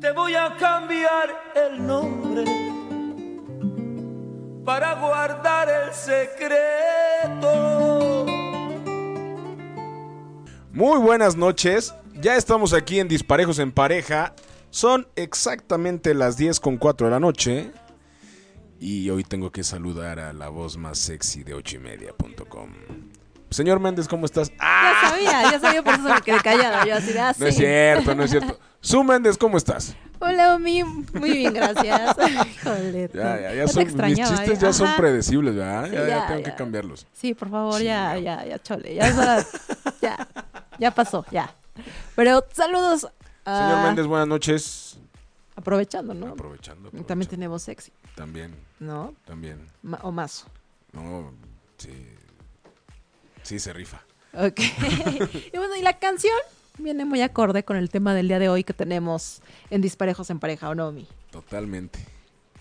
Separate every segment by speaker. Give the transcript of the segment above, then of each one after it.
Speaker 1: Te voy a cambiar el nombre para guardar el secreto.
Speaker 2: Muy buenas noches, ya estamos aquí en Disparejos en Pareja. Son exactamente las 10 con 4 de la noche. Y hoy tengo que saludar a la voz más sexy de 8 y media.com. Señor Méndez, ¿cómo estás? ¡Ah!
Speaker 3: Ya sabía, ya sabía, por eso me quedé callada. Yo así de "Ah, así.
Speaker 2: No es cierto, no es cierto. Su Méndez, ¿cómo estás?
Speaker 3: Hola, Omi. Muy bien, gracias. Híjole. tú.
Speaker 2: Ya, ya, ya
Speaker 3: te
Speaker 2: son, mis
Speaker 3: extrañaba,
Speaker 2: chistes
Speaker 3: ¿eh?
Speaker 2: ya son
Speaker 3: Ajá.
Speaker 2: predecibles, ¿verdad? ya,
Speaker 3: Sí,
Speaker 2: ya
Speaker 3: ya,
Speaker 2: tengo
Speaker 3: ya.
Speaker 2: que cambiarlos.
Speaker 3: Sí, por favor, ya, ya, ya, chole. Ya, es hora- ya, ya pasó, ya. Pero saludos. a-
Speaker 2: Señor Méndez, buenas noches.
Speaker 3: Aprovechando, Ah. ¿no? pues,
Speaker 2: Aprovechando,
Speaker 4: También
Speaker 2: aprovechando.
Speaker 4: tiene voz sexy,
Speaker 2: También,
Speaker 4: ¿no?
Speaker 2: también.
Speaker 4: Ma- o mazo.
Speaker 2: No, sí. Sí, se rifa.
Speaker 3: Ok. y bueno, y la canción viene muy acorde con el tema del día de hoy que tenemos en Disparejos en Pareja, ¿o no, Omi?
Speaker 2: Totalmente.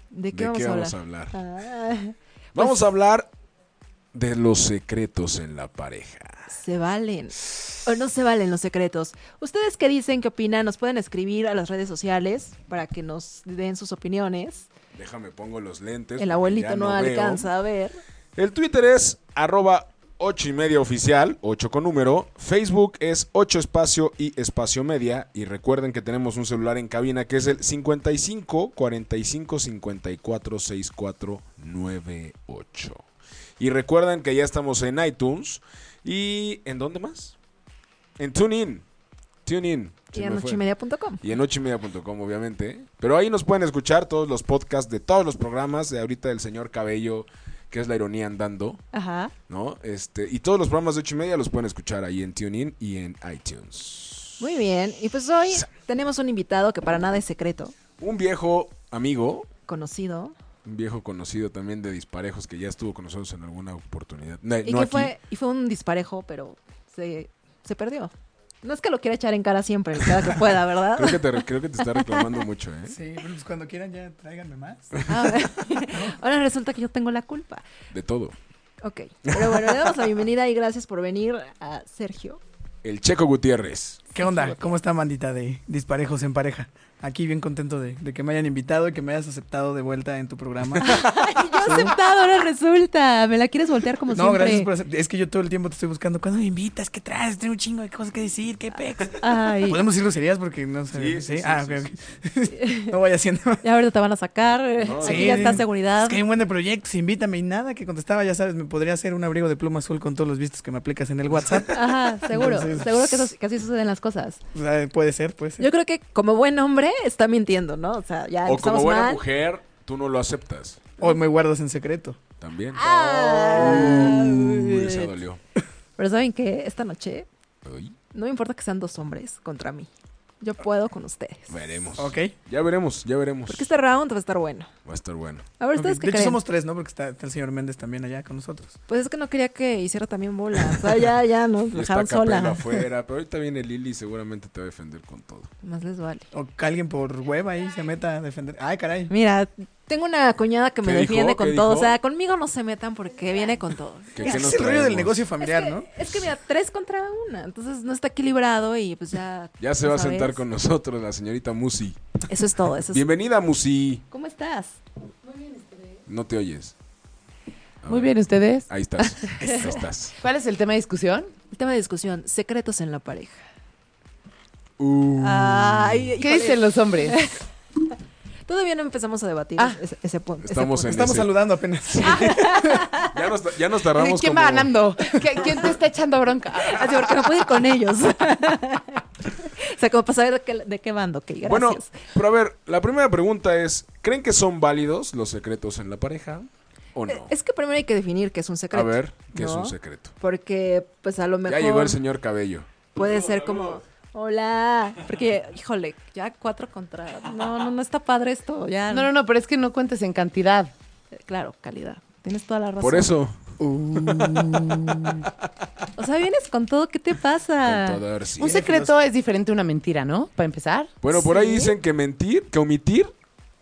Speaker 4: ¿De
Speaker 2: ¿De
Speaker 4: qué vamos a hablar?
Speaker 2: a hablar?
Speaker 3: Ah,
Speaker 2: Vamos a hablar de los secretos en la pareja.
Speaker 3: se valen o no se valen los secretos. ¿Ustedes qué dicen, qué opinan? Nos pueden escribir a las redes sociales para que nos den sus opiniones.
Speaker 2: Déjame pongo los lentes.
Speaker 3: El
Speaker 2: porque
Speaker 3: abuelito
Speaker 2: ya
Speaker 3: no,
Speaker 2: veo.
Speaker 3: alcanza a ver.
Speaker 2: El Twitter es arroba 8 y media oficial, 8 con número. Facebook es 8 espacio y espacio media. Y recuerden que tenemos un celular en cabina que es el 55 45 54 64 98. Y recuerden que ya estamos en iTunes. ¿Y en dónde más? En TuneIn. TuneIn. Se
Speaker 3: Y en
Speaker 2: me fue.
Speaker 3: ochoymedia.com.
Speaker 2: Y en ochimedia.com, obviamente. Pero ahí nos pueden escuchar todos los podcasts de todos los programas de ahorita del señor Cabello, que es la ironía andando,
Speaker 3: Ajá.
Speaker 2: ¿no? Este, y todos los programas de ocho y media los pueden escuchar ahí en TuneIn y en iTunes.
Speaker 3: Muy bien. Y pues hoy tenemos un invitado que para nada es secreto,
Speaker 2: Un viejo amigo,
Speaker 3: conocido.
Speaker 2: un viejo conocido también de Disparejos que ya estuvo con nosotros en alguna oportunidad. No,
Speaker 3: Y
Speaker 2: no
Speaker 3: que
Speaker 2: aquí.
Speaker 3: fue, y fue un disparejo, pero se, se perdió. No es que lo quiera echar en cara siempre, cada que pueda, ¿verdad?
Speaker 2: Creo que, te, creo que te está reclamando mucho, ¿eh?
Speaker 5: Sí, pero pues cuando quieran ya tráiganme más.
Speaker 3: Ahora, ahora resulta que yo tengo la culpa.
Speaker 2: De todo.
Speaker 3: Ok. Pero bueno, le damos la bienvenida y gracias por venir a Sergio.
Speaker 2: El Checo Gutiérrez.
Speaker 5: ¿Qué onda? ¿Cómo está, bandita de Disparejos en Pareja? Aquí bien contento de, de que me hayan invitado y que me hayas aceptado de vuelta en tu programa.
Speaker 3: Ay, yo he aceptado, ahora resulta. Me la quieres voltear como
Speaker 5: No,
Speaker 3: siempre.
Speaker 5: gracias por acep- Es que yo todo el tiempo te estoy buscando. ¿Cuándo me invitas? ¿Qué traes? Tengo un chingo de cosas que decir. ¿Qué pex?
Speaker 3: Ay,
Speaker 5: ¿Podemos decir groserías? Porque no
Speaker 2: Sí,
Speaker 5: sé.
Speaker 2: sí, sí,
Speaker 5: ah,
Speaker 2: sí,
Speaker 5: ok, ok. No vaya haciendo.
Speaker 3: ya ahorita te van a sacar.
Speaker 2: No,
Speaker 3: Aquí
Speaker 5: Sí,
Speaker 3: ya está
Speaker 5: sí.
Speaker 3: seguridad.
Speaker 5: Es que hay un buen de proyectos. Invítame y nada que contestaba. Ya sabes, me podría hacer un abrigo de pluma azul con todos los vistos que me aplicas en el WhatsApp.
Speaker 3: Ajá, seguro.
Speaker 5: Entonces-
Speaker 3: Seguro que, eso- que así suceden las cosas.
Speaker 5: O sea, puede ser, puede ser.
Speaker 3: Yo creo que como buen hombre está mintiendo, ¿no? O sea, ya
Speaker 2: O como
Speaker 3: empezamos
Speaker 2: buena
Speaker 3: Ah, mal.
Speaker 2: mujer, tú no lo aceptas.
Speaker 5: O me guardas en secreto.
Speaker 2: También.
Speaker 3: Ah.
Speaker 2: Uy, esa dolió.
Speaker 3: Pero ¿saben qué? Esta noche
Speaker 2: Uy,
Speaker 3: no me importa que sean dos hombres contra mí. Yo puedo con ustedes.
Speaker 2: veremos.
Speaker 5: Ok.
Speaker 3: Pues,
Speaker 2: Ya veremos, ya veremos.
Speaker 3: Porque este round va a estar bueno.
Speaker 2: Va a estar bueno.
Speaker 3: A ver,
Speaker 5: Ok,
Speaker 3: ¿ustedes
Speaker 5: De
Speaker 3: qué
Speaker 5: hecho,
Speaker 3: creen?
Speaker 5: somos tres, ¿no? Porque está, está el señor Méndez también allá con nosotros.
Speaker 3: Pues es que no quería que hiciera también bola. O sea, ya, ya nos
Speaker 2: Y está
Speaker 3: dejaron
Speaker 2: Capello
Speaker 3: sola.
Speaker 2: afuera, pero ahorita viene Lili y seguramente te va a defender con todo.
Speaker 3: Más les vale.
Speaker 5: O que alguien por hueva ahí se meta a defender. Ay, caray.
Speaker 3: Mira, tengo una cuñada que me
Speaker 2: ¿Qué dijo?
Speaker 3: defiende
Speaker 2: ¿Qué
Speaker 3: con todo.
Speaker 2: dijo?
Speaker 3: O sea, conmigo no se metan porque viene con todo.
Speaker 2: ¿Qué,
Speaker 5: Es
Speaker 2: qué
Speaker 5: que
Speaker 2: nos
Speaker 5: es el rollo del
Speaker 2: traemos?
Speaker 5: negocio familiar, ¿no?
Speaker 3: Es que mira, tres contra una. Entonces no está equilibrado y pues ya.
Speaker 2: Ya se
Speaker 3: tú
Speaker 2: va a
Speaker 3: sabes.
Speaker 2: sentar con nosotros la señorita Musi.
Speaker 3: Eso es todo. Eso es...
Speaker 2: Bienvenida, Musi.
Speaker 3: ¿Cómo estás?
Speaker 2: No te oyes. A
Speaker 4: Muy
Speaker 2: ver,
Speaker 4: bien, ¿ustedes?
Speaker 2: Ahí estás. Ahí estás.
Speaker 4: ¿Cuál es el tema de discusión?
Speaker 3: El tema de discusión: secretos en la pareja. Ah,
Speaker 2: Uh,
Speaker 3: Ay,
Speaker 4: ¿Qué
Speaker 3: híjole,
Speaker 4: dicen los hombres?
Speaker 3: Todavía no empezamos a debatir
Speaker 4: Ah.
Speaker 3: ese, ese punto. ese
Speaker 2: Estamos
Speaker 3: punto.
Speaker 2: en
Speaker 5: Estamos
Speaker 2: ese-
Speaker 5: saludando apenas.
Speaker 3: Ah,
Speaker 2: ya, nos, ya nos tardamos
Speaker 4: ¿Quién
Speaker 2: como...
Speaker 4: va ganando? ¿Qui- ¿Quién te está echando bronca?
Speaker 3: Así, Ah, porque no puedo ir con ellos. o sea, como para saber de qué, de qué bando. Ok, gracias.
Speaker 2: Bueno, pero a ver, la primera pregunta es, ¿creen que son válidos los secretos en la pareja o no?
Speaker 3: Es que primero hay que definir qué es un secreto.
Speaker 2: a ver, ¿qué es
Speaker 3: ¿no?
Speaker 2: un secreto?
Speaker 3: Porque, pues a lo mejor.
Speaker 2: Ya llegó el señor Cabello.
Speaker 3: Puede ser como, hola, porque, híjole, ya cuatro contra... No, no, no está padre esto, ya.
Speaker 4: No, no, no, pero es que no cuentes en cantidad.
Speaker 3: Claro, calidad. Tienes toda la razón.
Speaker 2: Por eso...
Speaker 3: O sea, vienes con todo, ¿qué te pasa?
Speaker 2: Con todo, ahora sí.
Speaker 4: Un secreto es diferente a una mentira, ¿no? Para empezar.
Speaker 2: Bueno, por ahí
Speaker 3: Sí.
Speaker 2: dicen que mentir, que omitir,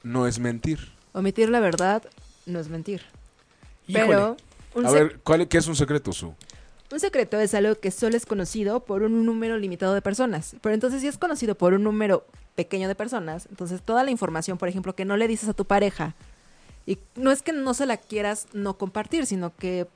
Speaker 2: no es mentir.
Speaker 3: Omitir la verdad no es mentir.
Speaker 5: Híjole.
Speaker 3: Pero un,
Speaker 2: A
Speaker 3: sec-
Speaker 2: ver, ¿cuál, ¿qué es un secreto, Su?
Speaker 3: un secreto es algo que solo es conocido por un número limitado de personas. Pero entonces si es conocido por un número pequeño de personas, entonces toda la información, por ejemplo, que no le dices a tu pareja, y no es que no se la quieras no compartir, sino que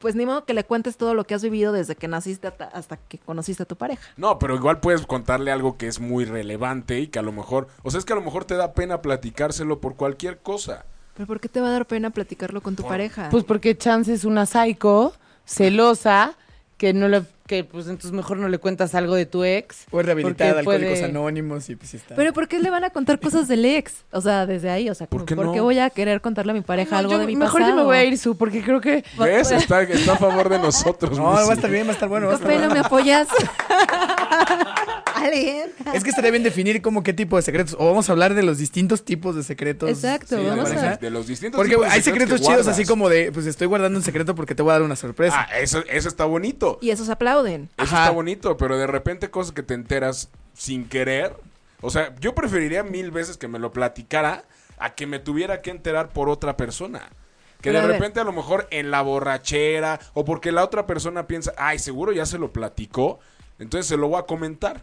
Speaker 3: pues ni modo que le cuentes todo lo que has vivido desde que naciste hasta- hasta que conociste a tu pareja.
Speaker 2: No, pero igual puedes contarle algo que es muy relevante y que a lo mejor, o sea, es que a lo mejor te da pena platicárselo por cualquier cosa.
Speaker 3: ¿Pero por qué te va a dar pena platicarlo con tu pareja?
Speaker 4: Pues porque Chance es una psycho, celosa, que no le, que pues entonces mejor no le cuentas algo de tu ex.
Speaker 5: O es rehabilitada,
Speaker 4: Porque puede-
Speaker 5: alcohólicos anónimos y pues está.
Speaker 3: ¿Pero por qué le van a contar cosas del ex? O sea, desde ahí, o sea,
Speaker 2: ¿Por
Speaker 3: como,
Speaker 2: qué
Speaker 3: ¿por qué,
Speaker 2: no?
Speaker 3: voy a querer contarle a mi pareja
Speaker 4: No,
Speaker 3: algo
Speaker 4: yo-
Speaker 3: de mi
Speaker 4: mejor yo
Speaker 3: pasado?
Speaker 4: me voy a ir su, porque creo que
Speaker 2: ¿Ves? Está, está a favor de nosotros.
Speaker 5: No, va
Speaker 2: Lucy.
Speaker 5: a estar bien, va a estar bueno. Va a estar
Speaker 3: Copelo,
Speaker 5: bueno.
Speaker 3: ¿me apoyas? ¿Alguien?
Speaker 5: Es que estaría bien definir como qué tipo de secretos. O vamos a hablar de los distintos tipos de secretos.
Speaker 3: Exacto,
Speaker 5: de
Speaker 2: Sí,
Speaker 5: la
Speaker 3: vamos a-
Speaker 5: pareja.
Speaker 2: de los distintos
Speaker 5: Porque
Speaker 2: tipos de
Speaker 5: hay secretos
Speaker 2: que
Speaker 5: chidos
Speaker 2: guardas.
Speaker 5: así como de, pues estoy guardando un secreto porque te voy a dar una sorpresa.
Speaker 2: Ah, eso, eso está bonito.
Speaker 3: Y esos aplauden.
Speaker 2: Eso
Speaker 5: Ajá.
Speaker 2: está bonito, pero de repente cosas que te enteras sin querer. O sea, yo preferiría mil veces que me lo platicara a que me tuviera que enterar por otra persona. Que
Speaker 3: Pero a
Speaker 2: de
Speaker 3: ver.
Speaker 2: repente a lo mejor en la borrachera o porque la otra persona piensa, ay, seguro ya se lo platicó, entonces se lo voy a comentar.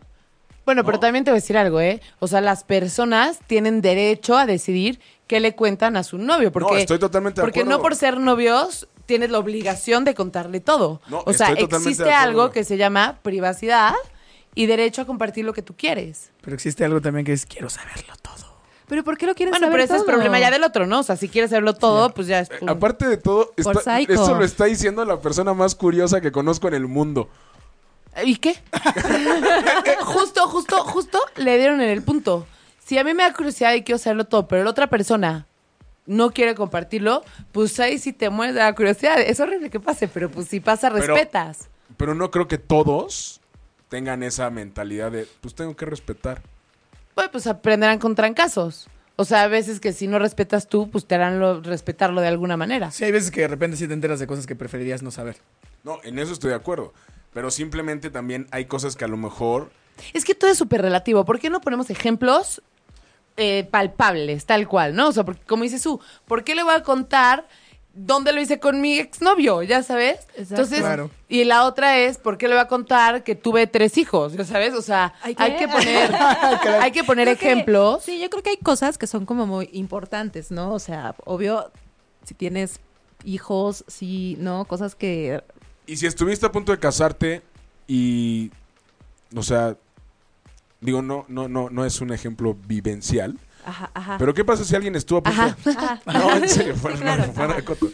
Speaker 4: Bueno, pero también te voy a decir algo, ¿eh? O sea, las personas tienen derecho a decidir qué le cuentan a su novio. Porque,
Speaker 2: No, estoy totalmente de
Speaker 4: Porque
Speaker 2: acuerdo.
Speaker 4: no por ser novios tienes la obligación de contarle todo.
Speaker 2: No,
Speaker 4: o sea,
Speaker 2: estoy totalmente de
Speaker 4: existe
Speaker 2: acuerdo.
Speaker 4: algo que se llama privacidad y derecho a compartir lo que tú quieres.
Speaker 5: Pero existe algo también que es quiero saberlo todo.
Speaker 3: ¿Pero por qué lo quieren
Speaker 4: Bueno,
Speaker 3: saber
Speaker 4: pero ese es
Speaker 3: todo?
Speaker 4: problema ya del otro, ¿no? O sea, si quieres saberlo todo, pues ya es...
Speaker 2: Eh,
Speaker 4: pum.
Speaker 2: Aparte de todo,
Speaker 3: Mm. Por
Speaker 2: está-
Speaker 3: psycho.
Speaker 2: esto lo está diciendo la persona más curiosa que conozco en el mundo.
Speaker 4: ¿Y qué? justo, justo, justo le dieron en el punto. Si a mí me da curiosidad y quiero saberlo todo, pero la otra persona no quiere compartirlo, pues ahí sí te mueres de la curiosidad. Es horrible que pase, pero pues si pasa,
Speaker 2: Pero-
Speaker 4: respetas.
Speaker 2: Pero no creo que todos tengan esa mentalidad de, pues tengo que respetar.
Speaker 4: Pues, pues aprenderán con trancazos. O sea, a veces que si no respetas tú, pues te harán lo- respetarlo de alguna manera.
Speaker 5: Sí, hay veces que de repente sí te enteras de cosas que preferirías no saber.
Speaker 2: No, en eso estoy de acuerdo. Pero simplemente también hay cosas que a lo mejor.
Speaker 4: Es que todo es súper relativo. ¿Por qué no ponemos ejemplos eh, palpables, tal cual, no? O sea, porque, como dices tú, ¿por qué le voy a contar dónde lo hice con mi exnovio? ¿Ya sabes?
Speaker 3: Exacto.
Speaker 4: Entonces,
Speaker 5: Claro.
Speaker 4: y la otra es, ¿por qué le voy a contar que tuve tres hijos? ¿Ya sabes? O sea,
Speaker 3: Ay, ¿qué?
Speaker 4: hay que poner, hay que poner
Speaker 3: Creo que-
Speaker 4: ejemplos.
Speaker 3: sí, yo creo que hay cosas que son como muy importantes, ¿no? O sea, obvio, si tienes hijos, sí, ¿no? Cosas que...
Speaker 2: Y si estuviste a punto de casarte y. O sea. Digo, no, no, no, no es un ejemplo vivencial.
Speaker 3: Ajá, ajá.
Speaker 2: Pero ¿qué pasa si alguien estuvo a punto
Speaker 4: Ajá.
Speaker 2: de- No, en serio, fuera,
Speaker 3: Sí, claro.
Speaker 2: no, fuera de coto.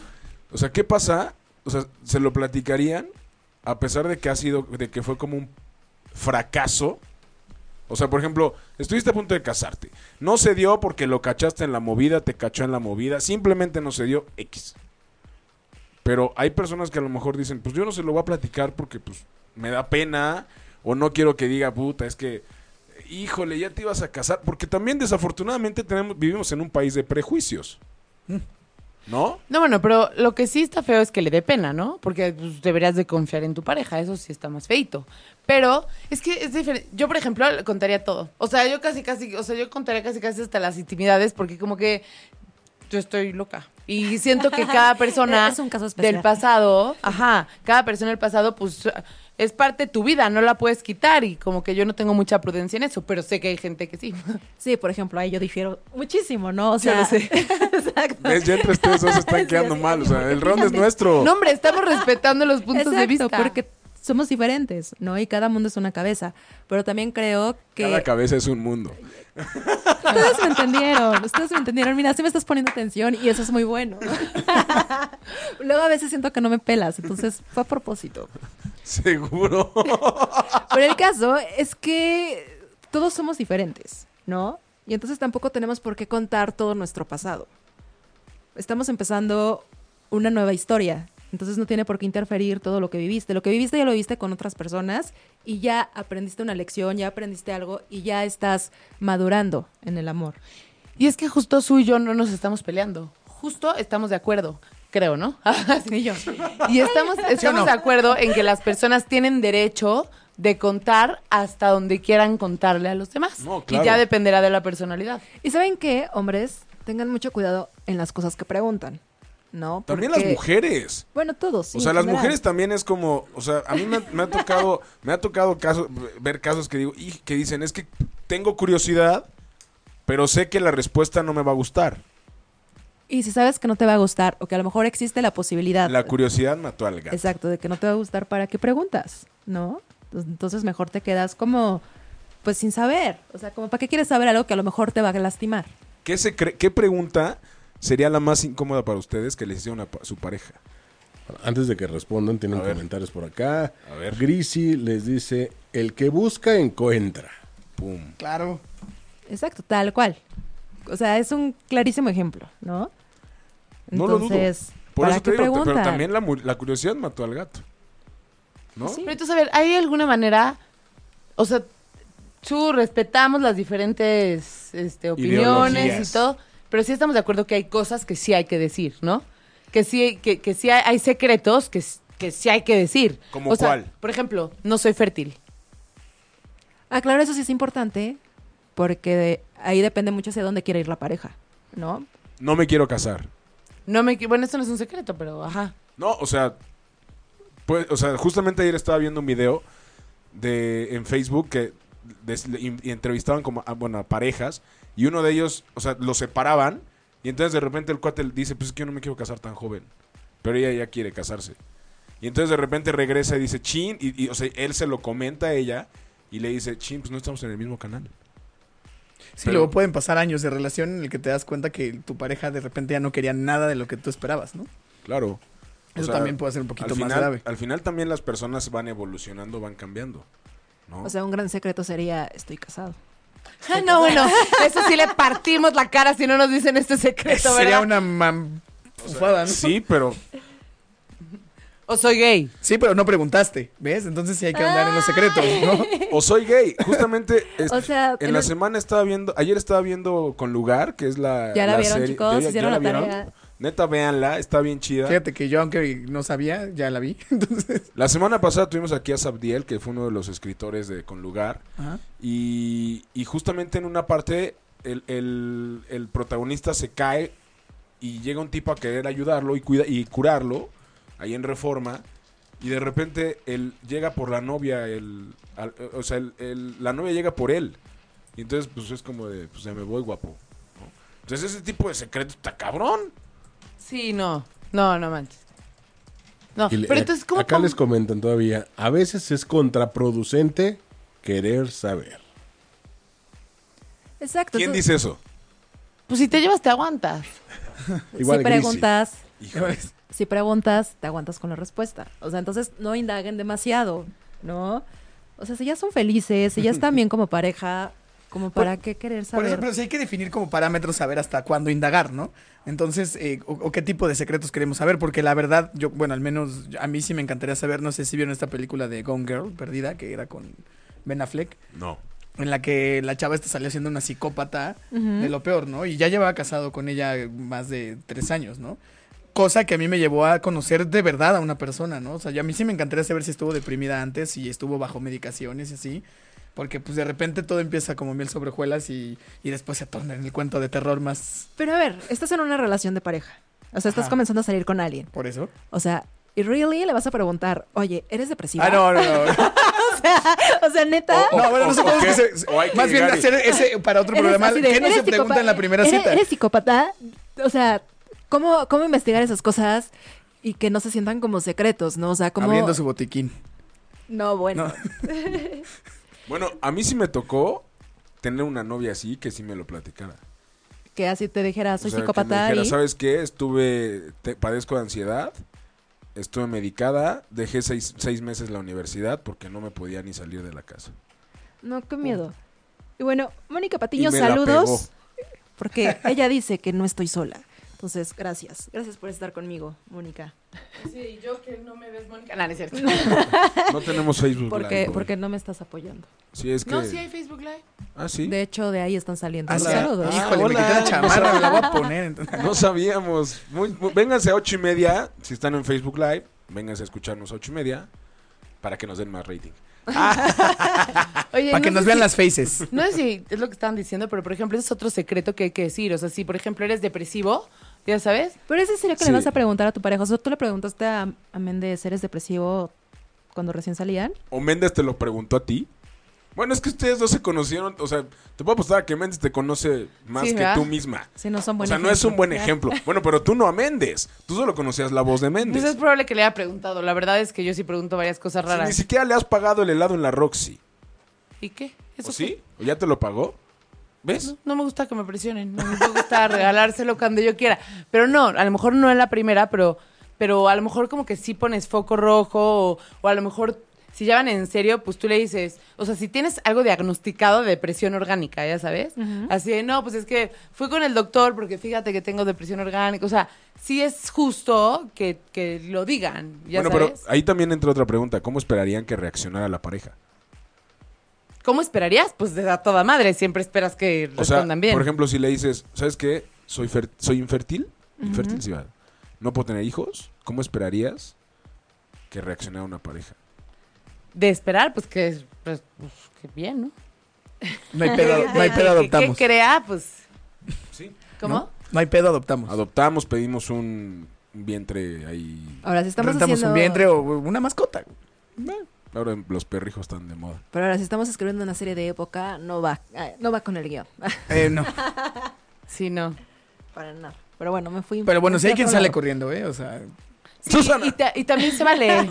Speaker 2: O sea, ¿qué pasa? O sea, se lo platicarían a pesar de que ha sido, de que fue como un fracaso. O sea, por ejemplo, estuviste a punto de casarte. No se dio porque lo cachaste en la movida, te cachó en la movida, simplemente no se dio X. Pero hay personas que a lo mejor dicen, pues yo no se lo voy a platicar porque pues me da pena o no quiero que diga, puta, es que, híjole, ya te ibas a casar. Porque también desafortunadamente tenemos, vivimos en un país de prejuicios. ¿No?
Speaker 4: No, bueno, pero lo que sí está feo es que le dé pena, ¿no? Porque pues, deberías de confiar en tu pareja, eso sí está más feito. Pero es que es diferente. Yo, por ejemplo, le contaría todo. O sea, yo casi, casi, o sea, yo contaría casi, casi hasta las intimidades porque como que yo estoy loca. Y siento que cada persona
Speaker 3: Es un caso especial.
Speaker 4: del pasado, ajá, cada persona del pasado, pues es parte de tu vida, no la puedes quitar y como que yo no tengo mucha prudencia en eso, pero sé que hay gente que sí.
Speaker 3: Sí, por ejemplo, ahí yo difiero muchísimo, ¿no? O sea,
Speaker 4: lo sé.
Speaker 3: Exacto.
Speaker 2: ¿Ves? Ya entre ustedes dos se están quedando
Speaker 3: Sí,
Speaker 2: mal. O sea, el
Speaker 3: fíjate.
Speaker 2: round es nuestro.
Speaker 4: No, hombre, estamos respetando los puntos de
Speaker 3: Exacto,
Speaker 4: vista.
Speaker 3: porque somos diferentes, ¿no? Y cada mundo es una cabeza. Pero también creo que.
Speaker 2: Cada cabeza es un mundo.
Speaker 3: Ustedes me entendieron, ustedes me entendieron. Mira, sí me estás poniendo atención y eso es muy bueno. Luego a veces siento que no me pelas, entonces fue a propósito.
Speaker 2: Seguro.
Speaker 3: Pero el caso es que todos somos diferentes, ¿no? Y entonces tampoco tenemos por qué contar todo nuestro pasado. Estamos empezando una nueva historia. Entonces no tiene por qué interferir todo lo que viviste. Lo que viviste ya lo viviste con otras personas y ya aprendiste una lección, ya aprendiste algo y ya estás madurando en el amor.
Speaker 4: Y es que justo Su y yo no nos estamos peleando. Justo estamos de acuerdo. Creo, ¿no? Así. Y estamos, estamos de acuerdo en que las personas tienen derecho de contar hasta donde quieran contarle a los demás.
Speaker 2: No, claro.
Speaker 4: Y ya dependerá de la personalidad.
Speaker 3: Y saben qué, hombres, tengan mucho cuidado en las cosas que preguntan, ¿no?
Speaker 2: También
Speaker 3: Porque-
Speaker 2: las mujeres.
Speaker 3: Bueno, todos. sí,
Speaker 2: O sea,
Speaker 3: en
Speaker 2: las
Speaker 3: general.
Speaker 2: mujeres también es como, o sea, a mí me, me ha tocado, me ha tocado caso- ver casos que digo, y que dicen, es que tengo curiosidad, pero sé que la respuesta no me va a gustar.
Speaker 3: Y si sabes que no te va a gustar o que a lo mejor existe la posibilidad.
Speaker 2: La curiosidad mató al gato.
Speaker 3: Exacto, de que no te va a gustar, ¿para qué preguntas? ¿No? Entonces- Entonces mejor te quedas como, pues sin saber. O sea, como, ¿para qué quieres saber algo que a lo mejor te va a lastimar?
Speaker 2: ¿Qué, se cre- ¿Qué pregunta sería la más incómoda para ustedes que les hicieron a pa- su pareja?
Speaker 6: Antes de que respondan, tienen
Speaker 2: A ver.
Speaker 6: comentarios por acá.
Speaker 2: A ver.
Speaker 6: Grisi les dice, el que busca encuentra.
Speaker 2: Pum.
Speaker 5: Claro.
Speaker 3: Exacto, tal cual. O sea, es un clarísimo ejemplo, ¿no?
Speaker 2: No lo dudo.
Speaker 3: Entonces,
Speaker 2: Por
Speaker 3: ¿para
Speaker 2: eso
Speaker 3: qué
Speaker 2: te digo, te-
Speaker 3: preguntan?
Speaker 2: pero también la, mu- la curiosidad mató al gato. ¿No?
Speaker 4: Pero entonces, a ver, ¿hay alguna manera? O sea, tú respetamos las diferentes este, opiniones
Speaker 2: Ideologías.
Speaker 4: y todo, pero sí estamos de acuerdo que hay cosas que sí hay que decir, ¿no? Que sí, que, que sí hay, hay secretos que, s- que sí hay que decir.
Speaker 2: ¿Cómo
Speaker 4: O sea,
Speaker 2: cuál?
Speaker 4: por ejemplo, no soy fértil.
Speaker 3: Ah, claro, eso sí es importante, porque de- ahí depende mucho hacia dónde quiere ir la pareja, ¿no?
Speaker 2: No me quiero casar.
Speaker 4: No me, qui- bueno, esto no es un secreto, pero ajá.
Speaker 2: No, o sea, pues, o sea, justamente ayer estaba viendo un video de en Facebook que des- le- in- y entrevistaban como a, bueno, a parejas y uno de ellos, o sea, los separaban y entonces de repente el cuate le dice, pues es que yo no me quiero casar tan joven, pero ella ya quiere casarse. Y entonces de repente regresa y dice, chin, y, y, o sea, él se lo comenta a ella y le dice, chin, pues no estamos en el mismo canal.
Speaker 5: Sí,
Speaker 2: Pero-
Speaker 5: luego pueden pasar años de relación en el que te das cuenta que tu pareja de repente ya no quería nada de lo que tú esperabas, ¿no?
Speaker 2: Claro. O
Speaker 5: Eso
Speaker 2: sea,
Speaker 5: también puede ser un poquito
Speaker 2: al
Speaker 5: más
Speaker 2: final-
Speaker 5: grave.
Speaker 2: Al final también las personas van evolucionando, van cambiando. ¿no?
Speaker 3: O sea, un gran secreto sería, estoy casado.
Speaker 4: Ah, Oh. no, bueno, eso sí le partimos la cara si no nos dicen este secreto,
Speaker 5: Sería
Speaker 4: ¿verdad?
Speaker 5: una mam... fufada, ¿no?
Speaker 2: Sí, pero
Speaker 4: O soy gay.
Speaker 5: Sí, pero no preguntaste, ¿ves? Entonces sí hay que andar en los secretos, ¿no?
Speaker 2: O soy gay. Justamente es-
Speaker 3: O sea,
Speaker 2: en
Speaker 3: en
Speaker 2: la
Speaker 3: el-
Speaker 2: semana estaba viendo, ayer estaba viendo Con Lugar, que es la.
Speaker 3: Ya la vieron,
Speaker 2: serie-
Speaker 3: chicos, hicieron la tarea.
Speaker 2: Neta, véanla, está bien chida.
Speaker 5: Fíjate que yo, aunque no sabía, ya la vi. Entonces,
Speaker 2: La semana pasada tuvimos aquí a Sabdiel, que fue uno de los escritores de Con Lugar. Y, y justamente en una parte, el, el- el protagonista se cae y llega un tipo a querer ayudarlo y, cuida, y curarlo, ahí en Reforma. Y de repente él llega por la novia, el, al- o sea, el- el- la novia llega por él. Y entonces, pues es como de, pues ya me voy, guapo. ¿no? Entonces, ese tipo de secreto está cabrón.
Speaker 4: Sí, no. No, no manches. No,
Speaker 6: Y le-
Speaker 4: pero entonces, ¿cómo?
Speaker 6: acá
Speaker 4: cómo-
Speaker 6: les comentan todavía, a veces es contraproducente querer saber.
Speaker 3: Exacto.
Speaker 2: ¿Quién
Speaker 3: eso-
Speaker 2: dice eso?
Speaker 4: Pues si te llevas, te aguantas.
Speaker 6: Igual Grisi.
Speaker 3: si preguntas,
Speaker 2: Híjole.
Speaker 3: si preguntas, te aguantas con la respuesta. O sea, entonces no indaguen demasiado, ¿no? O sea, si ya son felices, si ya están bien como pareja, como para qué querer
Speaker 5: por eso,
Speaker 3: saber.
Speaker 5: pero sí hay que definir como parámetros saber hasta cuándo indagar, ¿no? Entonces, eh, o, o qué tipo de secretos queremos saber, porque la verdad, yo, bueno, al menos a mí sí me encantaría saber, no sé si vieron esta película de Gone Girl, perdida, que era con Ben Affleck.
Speaker 2: No.
Speaker 5: en la que la chava esta salió siendo una psicópata de lo peor, ¿no? Y ya llevaba casado con ella más de tres años, ¿no? Cosa que a mí me llevó a conocer de verdad a una persona, ¿no? O sea, yo a mí sí me encantaría saber si estuvo deprimida antes, si estuvo bajo medicaciones y así. Porque pues de repente todo empieza como miel sobre hojuelas y, y después se torna en el cuento de terror más
Speaker 3: Pero a ver, estás en una relación de pareja. O sea, estás
Speaker 5: Ajá.
Speaker 3: comenzando a salir con alguien.
Speaker 5: por eso.
Speaker 3: O sea, y really le vas a preguntar, oye, ¿eres depresiva?
Speaker 5: Ah, no, no, no.
Speaker 3: o sea, neta.
Speaker 2: O-
Speaker 5: No, bueno, no sé
Speaker 2: o
Speaker 5: cómo es que
Speaker 2: qué-
Speaker 5: se-
Speaker 2: o hay que
Speaker 5: Más bien
Speaker 2: llegar y-
Speaker 5: hacer ese para otro
Speaker 3: Eres
Speaker 5: programa.
Speaker 3: así de,
Speaker 5: ¿Qué no
Speaker 3: "¿Eres
Speaker 5: se pregunta en la
Speaker 3: psicópata?
Speaker 5: primera
Speaker 3: ¿Eres-
Speaker 5: cita?
Speaker 3: ¿Eres psicópata? O sea, ¿cómo, cómo investigar esas cosas y que no se sientan como secretos, ¿no? O sea, como...
Speaker 5: Abriendo su botiquín.
Speaker 3: No, bueno. pues,
Speaker 5: No.
Speaker 2: Bueno, a mí sí me tocó tener una novia así que sí me lo platicara.
Speaker 3: Que así te dijera, soy
Speaker 2: O sea, que me
Speaker 3: psicópata
Speaker 2: dijera,
Speaker 3: y...
Speaker 2: ¿Sabes qué? Estuve, te- padezco de ansiedad, estuve medicada, dejé seis, seis meses la universidad porque no me podía ni salir de la casa.
Speaker 3: No, qué miedo. Y bueno, Mónica
Speaker 2: Y
Speaker 3: Patiño,
Speaker 2: me la pegó.
Speaker 3: saludos. Porque ella dice que no estoy sola. Entonces, gracias. Gracias por estar congo, Mónica.
Speaker 4: Sí, yo que no me ves, Mónica. No, no es cierto.
Speaker 2: No tenemos Facebook Live.
Speaker 3: Porque,
Speaker 2: güey.
Speaker 3: porque no me estás apoyando.
Speaker 2: Sí, es que.
Speaker 4: No, sí hay Facebook Live.
Speaker 2: Ah, sí.
Speaker 3: De hecho, de ahí están saliendo.
Speaker 5: Ah,
Speaker 3: los
Speaker 5: sí.
Speaker 3: Saludos.
Speaker 2: Ah,
Speaker 5: Híjole, me
Speaker 2: hola.
Speaker 5: quité la chamarra, me la voy a poner. entonces.
Speaker 2: No sabíamos. Muy- muy- vénganse a ocho y media. Si están en Facebook Live, vénganse a escucharnos a ocho y media para que nos den más rating.
Speaker 4: Oye,
Speaker 5: Para
Speaker 4: no
Speaker 5: que
Speaker 4: sé
Speaker 5: nos vean
Speaker 4: si-
Speaker 5: las faces.
Speaker 4: No sé si es lo que estaban diciendo, pero por ejemplo, ese es otro secreto que hay que decir. O sea, si por ejemplo eres depresivo, ya sabes,
Speaker 3: Pero ese sería que
Speaker 2: Sí.
Speaker 3: le vas a preguntar a tu pareja. O sea, tú le preguntaste a, a Méndez, ¿eres depresivo cuando recién salían?
Speaker 2: ¿O Méndez te lo preguntó a ti? Bueno, es que ustedes dos se conocieron. O sea, te puedo apostar a que Méndez te conoce más
Speaker 4: Sí,
Speaker 2: que
Speaker 4: ¿verdad?
Speaker 2: tú misma.
Speaker 3: Sí, no son
Speaker 2: O
Speaker 3: buenos.
Speaker 2: sea, no es un buen ejemplo. Bueno, pero tú no a Méndez. Tú solo conocías la voz de Méndez.
Speaker 4: pues es probable que le haya preguntado. La verdad es que yo sí pregunto varias cosas
Speaker 2: O sea, ni
Speaker 4: raras.
Speaker 2: siquiera le has pagado el helado en la Roxy.
Speaker 4: ¿Y qué?
Speaker 2: ¿O
Speaker 4: ¿Eso
Speaker 2: sí? ¿O ya te lo pagó? ¿Ves?
Speaker 4: No, no me gusta que me presionen, no me gusta regalárselo cuando yo quiera. Pero no, a lo mejor no es la primera, pero, pero a lo mejor como que sí pones foco rojo o, o a lo mejor si ya van en serio, pues tú le dices, o sea, si tienes algo diagnosticado de depresión orgánica, ya sabes, así de, no, pues es que fui con el doctor porque fíjate que tengo depresión orgánica, o sea, sí es justo que, que lo digan, ya
Speaker 2: bueno,
Speaker 4: sabes.
Speaker 2: pero ahí también entra otra pregunta. ¿Cómo esperarían que reaccionara la pareja?
Speaker 4: ¿Cómo esperarías? Pues de a toda madre, siempre esperas que
Speaker 2: O sea,
Speaker 4: respondan bien.
Speaker 2: por ejemplo, si le dices, ¿sabes qué? Soy, fer- soy infértil. Infértil, sí, ¿verdad? No puedo tener hijos. ¿Cómo esperarías que reaccionara una pareja?
Speaker 4: de esperar, pues que, pues, pues, que bien, ¿no?
Speaker 5: No hay pedo, no hay
Speaker 4: Que-
Speaker 5: pedo
Speaker 4: que-
Speaker 5: adoptamos.
Speaker 4: Que crea, pues.
Speaker 2: Sí.
Speaker 4: ¿Cómo?
Speaker 5: ¿No? No hay pedo
Speaker 4: Pues
Speaker 5: adoptamos.
Speaker 2: Adoptamos, pedimos un un vientre ahí.
Speaker 3: Ahora sí estamos
Speaker 5: Rentamos
Speaker 3: haciendo...
Speaker 5: un vientre o una mascota.
Speaker 2: Ahora los perrijos están de moda.
Speaker 3: Pero ahora si estamos escribiendo una serie de época, no va, ah, no va con el guión.
Speaker 5: Eh, no.
Speaker 4: Sí, no.
Speaker 3: Para nada. Pero bueno, me fui.
Speaker 5: Pero bueno, si hay quien sale
Speaker 3: con...
Speaker 5: corriendo, ¿eh? O sea,
Speaker 4: Sí, y, ta- y también se vale.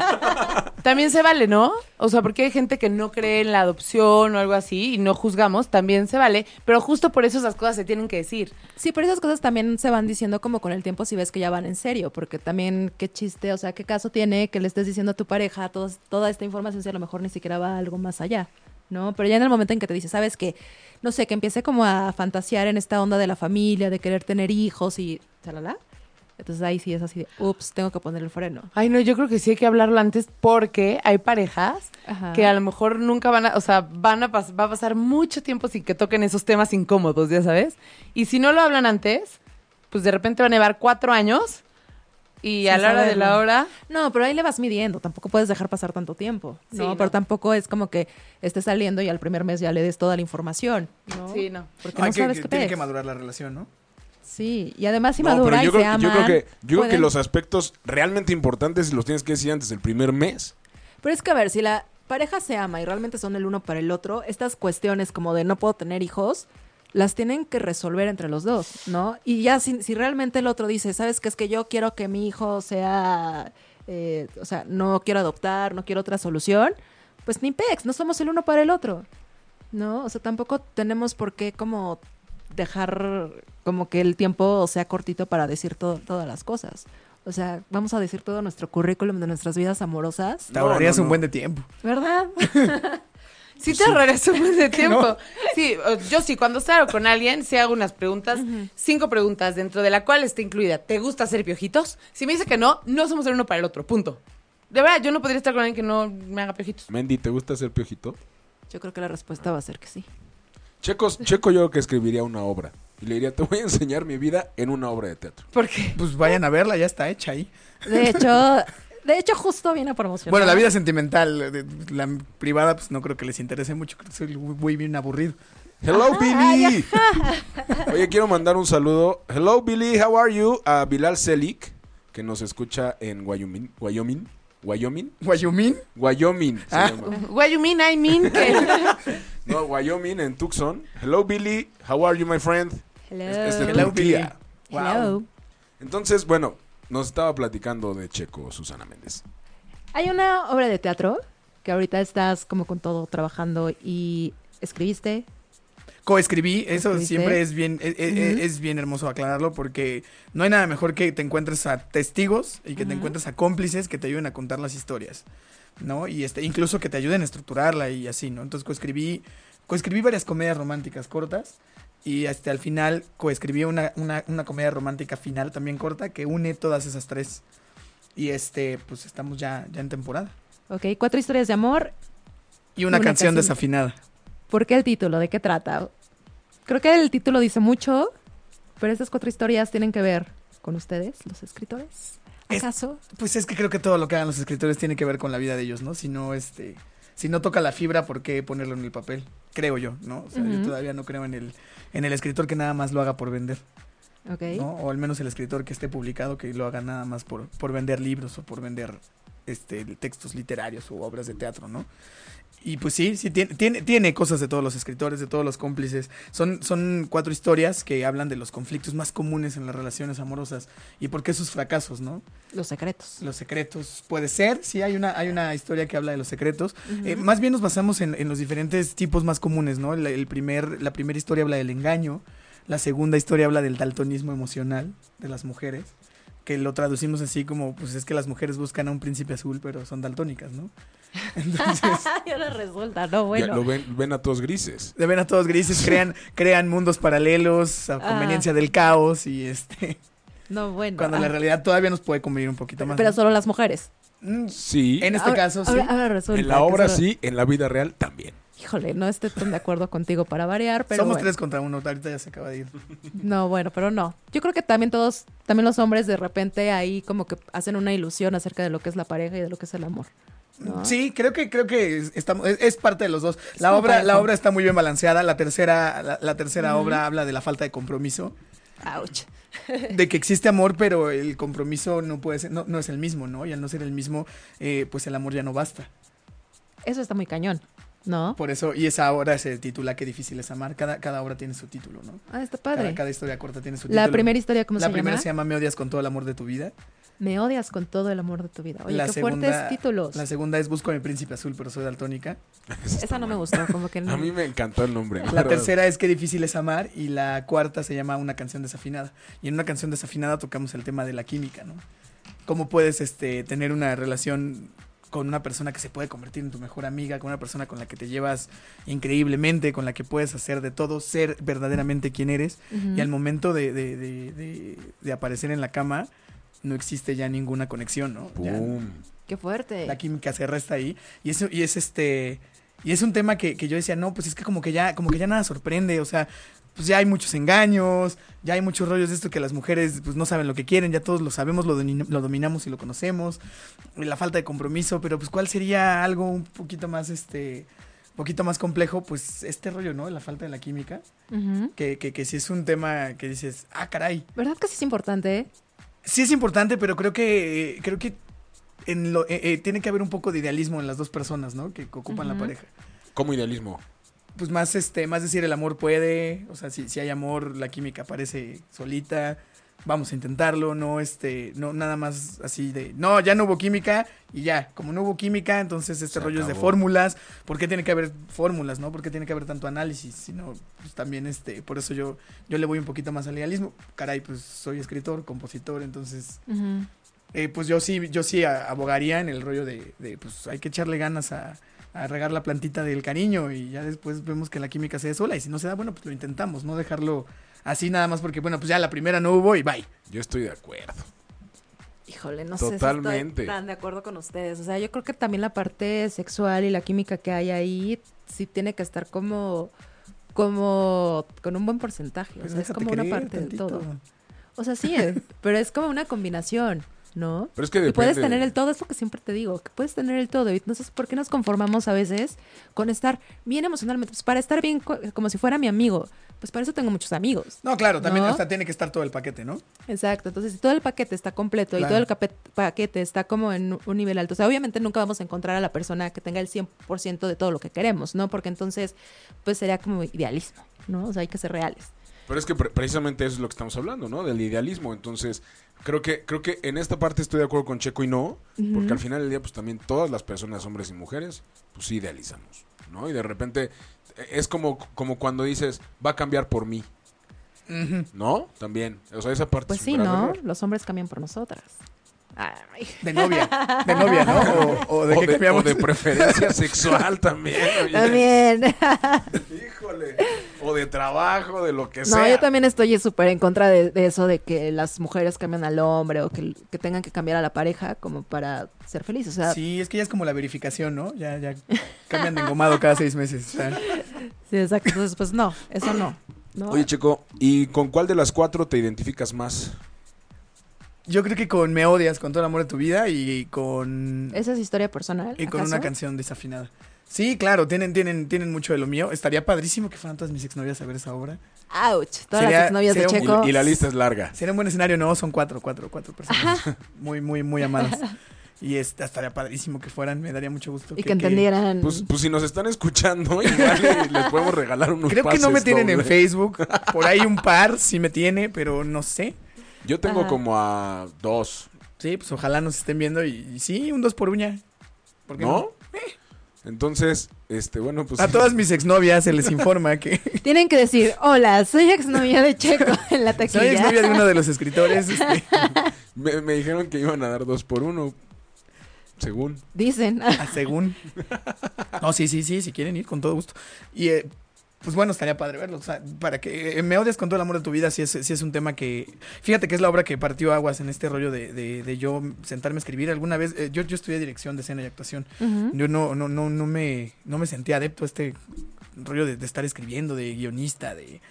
Speaker 4: también se vale, ¿no? O sea, porque hay gente que no cree en la adopción o algo así y no juzgamos, también se vale. Pero justo por eso esas cosas se tienen que decir.
Speaker 3: Sí, pero esas cosas también se van diciendo como con el tiempo si ves que ya van en serio, porque también qué chiste, o sea, qué caso tiene que le estés diciendo a tu pareja todos- toda esta información si a lo mejor ni siquiera va algo más allá, ¿no? Pero ya en el momento en que te dice, sabes que, no sé, que empiece como a fantasear en esta onda de la familia, de querer tener hijos y chalala, entonces ahí sí es así de, ups, tengo que poner el freno.
Speaker 4: Ay, no, yo creo que sí hay que hablarlo antes porque hay parejas
Speaker 3: Ajá.
Speaker 4: que a lo mejor nunca van a, o sea, van a pas- va a pasar mucho tiempo sin que toquen esos temas incómodos, ya sabes. Y si no lo hablan antes, pues de repente van a llevar cuatro años y a
Speaker 3: Sin
Speaker 4: la hora de la
Speaker 3: saberlo.
Speaker 4: hora.
Speaker 3: No, pero ahí le vas midiendo, tampoco puedes dejar pasar tanto tiempo, ¿no?
Speaker 4: Sí, no.
Speaker 3: Pero tampoco es como que estés saliendo y al primer mes ya le des toda la información, ¿no? Pues
Speaker 4: Sí, no.
Speaker 3: Porque no
Speaker 5: hay que-
Speaker 3: sabes
Speaker 5: que
Speaker 3: qué
Speaker 5: tiene
Speaker 3: pex.
Speaker 5: que madurar la relación, ¿no?
Speaker 3: Sí, y además si
Speaker 2: No, yo
Speaker 3: madura y se
Speaker 2: creo,
Speaker 3: aman.
Speaker 2: yo creo que, yo creo que
Speaker 3: pueden-
Speaker 2: los aspectos realmente importantes los tienes que decir antes del primer mes.
Speaker 3: Pero es que a ver, si la pareja se ama y realmente son el uno para el otro, estas cuestiones como de no puedo tener hijos, las tienen que resolver entre los dos, ¿no? Y ya si, si realmente el otro dice, ¿sabes qué? Es que yo quiero que mi hijo sea... eh, o sea, no quiero adoptar, no quiero otra solución, pues ni pex, no somos el uno para el otro, ¿no? O sea, tampoco tenemos por qué como dejar como que el tiempo sea cortito para decir todo- todas las cosas. O sea, vamos a decir todo nuestro currículum de nuestras vidas amorosas.
Speaker 5: Te
Speaker 2: No,
Speaker 5: ahorrarías
Speaker 2: no,
Speaker 5: un
Speaker 2: no.
Speaker 5: buen de tiempo.
Speaker 3: ¿Verdad?
Speaker 4: Sí te ahorrarías un buen de tiempo. Sí, o- yo sí, cuando salgo con alguien, sí hago unas preguntas, cinco preguntas, dentro de la cual está incluida, ¿te gusta hacer piojitos? Si me dice que no, no somos el uno para el otro, punto. De verdad, yo no podría estar con alguien que no me haga piojitos.
Speaker 2: Mendy, ¿te gusta ser piojito?
Speaker 3: Yo creo que la respuesta va a ser que sí.
Speaker 2: Checos, Checo yo creo que escribiría una obra. Y le diría, te voy a enseñar mi vida en una obra de teatro.
Speaker 4: ¿Por qué?
Speaker 5: Pues vayan a verla, ya está hecha ahí.
Speaker 3: De hecho, de hecho justo viene a promocionar.
Speaker 5: Bueno, la vida sentimental, de- la privada, pues no creo que les interese mucho. Creo que soy muy bien aburrido.
Speaker 2: Hello,
Speaker 3: Ah,
Speaker 2: Billy. Oye, quiero mandar un saludo. Hello, Billy, how are you? A Bilal Selik, que nos escucha en Wyoming. Wyoming. Wyoming.
Speaker 5: Guayumín,
Speaker 2: Wyoming. se
Speaker 5: Ah.
Speaker 2: llama.
Speaker 4: What you mean, I mean, que...
Speaker 2: No, Wyoming, en Tucson. Hello, Billy, how are you, my friend?
Speaker 3: Hello.
Speaker 2: Es- es de
Speaker 5: Hello,
Speaker 2: Turquía.
Speaker 3: Hello.
Speaker 2: Entonces, bueno, nos estaba platicando de Checo, Susana Méndez.
Speaker 3: Hay una obra de teatro que ahorita estás como con todo trabajando y escribiste.
Speaker 5: coescribí, eso
Speaker 3: ¿Escribiste?
Speaker 5: siempre es bien, e- e- e-
Speaker 3: Ujú.
Speaker 5: es bien hermoso aclararlo porque no hay nada mejor que te encuentres a testigos y que te encuentres a cómplices que te ayuden a contar las historias, ¿no? Y este, incluso que te ayuden a estructurarla y así, ¿no? Entonces coescribí, coescribí varias comedias románticas cortas Y hasta al final coescribí una, una, una comedia romántica final también corta que une todas esas tres. Y este, pues estamos ya, ya en temporada.
Speaker 3: Ok, cuatro historias de amor.
Speaker 5: Y
Speaker 3: Una
Speaker 5: una,
Speaker 3: canción.
Speaker 5: canción desafinada.
Speaker 3: ¿Por qué el título? ¿De qué trata? Creo que el título dice mucho, pero estas cuatro historias tienen que ver con ustedes, los escritores.
Speaker 5: Es-
Speaker 3: ¿Acaso?
Speaker 5: Pues es que creo que todo lo que hagan los escritores tiene que ver con la vida de ellos, ¿no? Si no, este, si no toca la fibra, ¿por qué ponerlo en el papel? Creo yo, ¿no? O sea, yo
Speaker 3: Ujú.
Speaker 5: todavía no creo en el, en el escritor que nada más lo haga por vender,
Speaker 3: Ok.
Speaker 5: ¿no? O al menos el escritor que esté publicado que lo haga nada más por, por vender libros o por vender este, textos literarios u obras de teatro, ¿no? Y pues sí, sí, tiene, tiene, tiene cosas de todos los escritores, de todos los cómplices. Son, son cuatro historias que hablan de los conflictos más comunes en las relaciones amorosas y por qué sus fracasos, ¿no?
Speaker 3: Los secretos.
Speaker 5: Los secretos, puede ser, sí, hay una, hay una historia que habla de los secretos. Eh, más bien nos basamos en, en los diferentes tipos más comunes, ¿no? El, el primer, la primera historia habla del engaño, la segunda historia habla del daltonismo emocional de las mujeres, que lo traducimos así como, pues es que las mujeres buscan a un príncipe azul, pero son daltónicas, ¿no?
Speaker 3: y ahora resulta, no,
Speaker 2: Ya Lo ven, ven a todos grises.
Speaker 5: Le ven a todos grises, crean, crean mundos paralelos a
Speaker 3: Ah.
Speaker 5: conveniencia del caos y este,
Speaker 3: No, bueno.
Speaker 5: cuando la
Speaker 3: Ah,
Speaker 5: realidad todavía nos puede convenir un poquito más.
Speaker 3: pero
Speaker 5: ¿no?
Speaker 3: solo las mujeres.
Speaker 5: Mm,
Speaker 2: Sí.
Speaker 5: En
Speaker 2: En,
Speaker 5: este
Speaker 3: Ahora-
Speaker 5: caso, sí.
Speaker 3: ahora- ahora resulta
Speaker 2: la
Speaker 3: que
Speaker 2: obra
Speaker 3: solo-
Speaker 2: sí, en la vida real también.
Speaker 3: Híjole, no estoy tan de acuerdo contigo para variar, pero.
Speaker 5: Somos
Speaker 3: bueno.
Speaker 5: tres contra uno, ahorita ya se acaba de ir.
Speaker 3: No, bueno, pero no. Yo creo que también todos, también los hombres de repente ahí como que hacen una ilusión acerca de lo que es la pareja y de lo que es el amor. ¿no?
Speaker 5: Sí, creo que creo que es- estamos es, es parte de los dos.
Speaker 3: Es
Speaker 5: La
Speaker 3: como
Speaker 5: obra la
Speaker 3: parejo.
Speaker 5: obra está muy bien balanceada. La tercera la, la tercera obra habla de la falta de compromiso,
Speaker 3: Ouch.
Speaker 5: de que existe amor, pero el compromiso no puede ser no, no es el mismo, ¿no? Y al no ser el mismo, eh, pues el amor ya no basta.
Speaker 3: Eso está muy cañón, ¿no?
Speaker 5: Por eso y esa obra se titula Qué difícil es amar. Cada cada obra tiene su título, ¿no?
Speaker 3: Ah, está
Speaker 5: Cada,
Speaker 3: padre.
Speaker 5: cada historia corta tiene su título.
Speaker 3: La primera historia, ¿cómo
Speaker 5: La
Speaker 3: se
Speaker 5: primera
Speaker 3: llama?
Speaker 5: se llama Me odias con todo el amor de tu vida.
Speaker 3: Me odias con todo el amor de tu vida. Oye,
Speaker 5: la
Speaker 3: qué
Speaker 5: segunda,
Speaker 3: fuertes títulos.
Speaker 5: La segunda es Busco a mi príncipe azul, pero soy daltónica.
Speaker 3: Esa no me gustó, como que no.
Speaker 2: A mí me encantó el nombre.
Speaker 5: La
Speaker 2: verdad.
Speaker 5: tercera es Qué difícil es amar y la cuarta se llama Una canción desafinada. Y en una canción desafinada tocamos el tema de la química, ¿no? Cómo puedes este, tener una relación con una persona que se puede convertir en tu mejor amiga, con una persona con la que te llevas increíblemente, con la que puedes hacer de todo, ser verdaderamente quien eres.
Speaker 3: Ujú.
Speaker 5: Y al momento de, de- de- de- de aparecer en la cama, no existe ya ninguna conexión, ¿no? Ya
Speaker 2: Pum.
Speaker 3: Qué fuerte.
Speaker 5: la química se resta ahí y eso y es este y es un tema que, que yo decía no pues es que como que ya como que ya nada sorprende o sea pues ya hay muchos engaños ya hay muchos rollos de esto que las mujeres pues no saben lo que quieren ya todos lo sabemos lo, domin- lo dominamos y lo conocemos y la falta de compromiso pero pues cuál sería algo un poquito más este poquito más complejo pues este rollo no la falta de la química
Speaker 3: Ujú.
Speaker 5: que que que sí es un tema que dices ah caray
Speaker 3: ¿Verdad que sí es importante? eh?
Speaker 5: Sí es importante, pero creo que eh, creo que en lo- eh, eh, tiene que haber un poco de idealismo en las dos personas, ¿no? Que que ocupan la
Speaker 3: Ujú.
Speaker 5: pareja.
Speaker 2: Como idealismo.
Speaker 5: Pues más este, más decir el amor puede, o sea, si, si hay amor, la química aparece solita. Vamos a intentarlo, no este, no nada más así de, no, ya no hubo química y ya, como no hubo química, entonces este
Speaker 2: Se
Speaker 5: rollo es de
Speaker 2: acabó.
Speaker 5: fórmulas, ¿por qué tiene que haber fórmulas, no? ¿Por qué tiene que haber tanto análisis? Sino pues también este, por eso yo yo le voy un poquito más al idealismo. Caray, pues soy escritor, compositor, entonces
Speaker 3: Ujú.
Speaker 5: eh, pues yo sí, yo sí a- abogaría en el rollo de, de, pues hay que echarle ganas a, a regar la plantita del cariño y ya después vemos que la química se dé sola y si no se da, bueno, pues lo intentamos, no dejarlo así nada más porque, bueno, pues ya la primera no hubo y bye.
Speaker 2: Yo estoy de acuerdo.
Speaker 3: Híjole, no sé si
Speaker 2: Totalmente.
Speaker 3: estoy tan de acuerdo con ustedes. O sea, yo creo que también la parte sexual y la química que hay ahí sí tiene que estar como como con un buen porcentaje, o
Speaker 5: Pero
Speaker 3: sea, Pues es
Speaker 5: déjate
Speaker 3: como una
Speaker 5: querer
Speaker 3: parte del
Speaker 5: tantito.
Speaker 3: todo. O sea, sí, eh, pero es como una combinación, ¿no?
Speaker 2: Pero es que
Speaker 3: Y puedes
Speaker 2: depende
Speaker 3: tener
Speaker 2: de-
Speaker 3: el todo, es lo que siempre te digo, que puedes tener el todo. Y entonces, ¿por qué nos conformamos a veces con estar bien emocionalmente? Pues para estar bien, co- como si fuera mi amigo. Pues para eso tengo muchos amigos.
Speaker 5: No, claro, también
Speaker 3: ¿No?
Speaker 5: hasta tiene que estar todo el paquete, ¿no?
Speaker 3: Exacto, entonces si todo el paquete está completo
Speaker 5: Claro.
Speaker 3: y todo el capet- paquete está como en un nivel alto, o sea, obviamente nunca vamos a encontrar a la persona que tenga el 100% de todo lo que queremos, ¿no? Porque entonces, pues sería como idealismo, ¿no? O sea, hay que ser reales.
Speaker 2: Pero es que pre- precisamente eso es lo que estamos hablando, ¿no? Del idealismo. Entonces, creo que, creo que en esta parte estoy de acuerdo con Checo y no, porque al final del día, pues también todas las personas, hombres y mujeres, pues sí idealizamos, ¿no? Y de repente eh, es como, como cuando dices, va a cambiar por mí, ¿no? También. O sea, esa parte
Speaker 3: Pues
Speaker 2: es un
Speaker 3: sí,
Speaker 2: grave
Speaker 3: ¿no?
Speaker 2: error.
Speaker 3: Los hombres cambian por nosotras. Ay.
Speaker 5: De novia, de novia, ¿no? O, o de
Speaker 2: o,
Speaker 5: qué
Speaker 2: de,
Speaker 5: cambiamos.
Speaker 2: o de preferencia sexual también. oye.
Speaker 3: También.
Speaker 2: Híjole. O de trabajo, de lo que
Speaker 3: No,
Speaker 2: sea.
Speaker 3: yo también estoy súper en contra de, de eso de que las mujeres cambian al hombre o que, que tengan que cambiar a la pareja como para ser feliz. O sea, sí,
Speaker 5: Sí, es que ya es como la verificación, ¿no? Ya, ya cambian de engomado cada seis meses. o sea.
Speaker 3: exacto. Entonces, pues no, eso no. ¿no?
Speaker 2: Oye, Checo, ¿y con cuál de las cuatro te identificas más?
Speaker 5: Yo creo que con Me Odias, con todo el amor de tu vida y con.
Speaker 3: Esa es historia personal.
Speaker 5: Y con
Speaker 3: ¿acaso?
Speaker 5: una canción desafinada. Sí, claro, tienen, tienen, tienen mucho de lo mío. Estaría padrísimo que fueran todas mis exnovias a ver esa obra.
Speaker 3: Ouch. Todas
Speaker 5: Sería-
Speaker 3: las novias de
Speaker 5: sería un-
Speaker 3: Checo.
Speaker 2: Y, y la lista es larga.
Speaker 5: Sería un buen escenario, ¿no? Son cuatro, cuatro, cuatro personas. Muy, muy, muy amadas. Y es- estaría padrísimo que fueran, me daría mucho gusto.
Speaker 3: y que, entendieran.
Speaker 2: Pues, pues si nos están escuchando, igual y les podemos regalar unos
Speaker 5: Creo que no me
Speaker 2: pases
Speaker 5: tienen en
Speaker 2: dobles.
Speaker 5: Facebook. Por ahí un par sí me tiene, pero no sé.
Speaker 2: Yo tengo
Speaker 3: Ajá.
Speaker 2: como a dos,
Speaker 5: Sí, pues ojalá nos estén viendo y, y sí, un dos por uña. ¿Por qué
Speaker 2: ¿no? Eh. Entonces, este, bueno, pues...
Speaker 5: A todas mis exnovias se les informa que
Speaker 3: Tienen que decir, hola, soy exnovia de Checo en la taquilla.
Speaker 5: soy exnovia de uno de los escritores. este,
Speaker 2: Me, me dijeron que iban a dar dos por uno, según.
Speaker 3: Dicen.
Speaker 5: Ah, Según. No, sí, sí, sí, si quieren ir, con todo gusto. Y eh, pues bueno, estaría padre verlo. O sea, para que eh, me odies con todo el amor de tu vida, si es, sí es un tema que. Fíjate que es la obra que partió aguas en este rollo de, de- de yo sentarme a escribir. Alguna vez, eh, yo, yo estudié dirección de escena y actuación.
Speaker 3: Ujú.
Speaker 5: Yo no, no, no, no me, no me sentía adepto a este rollo de, de estar escribiendo, de guionista, de.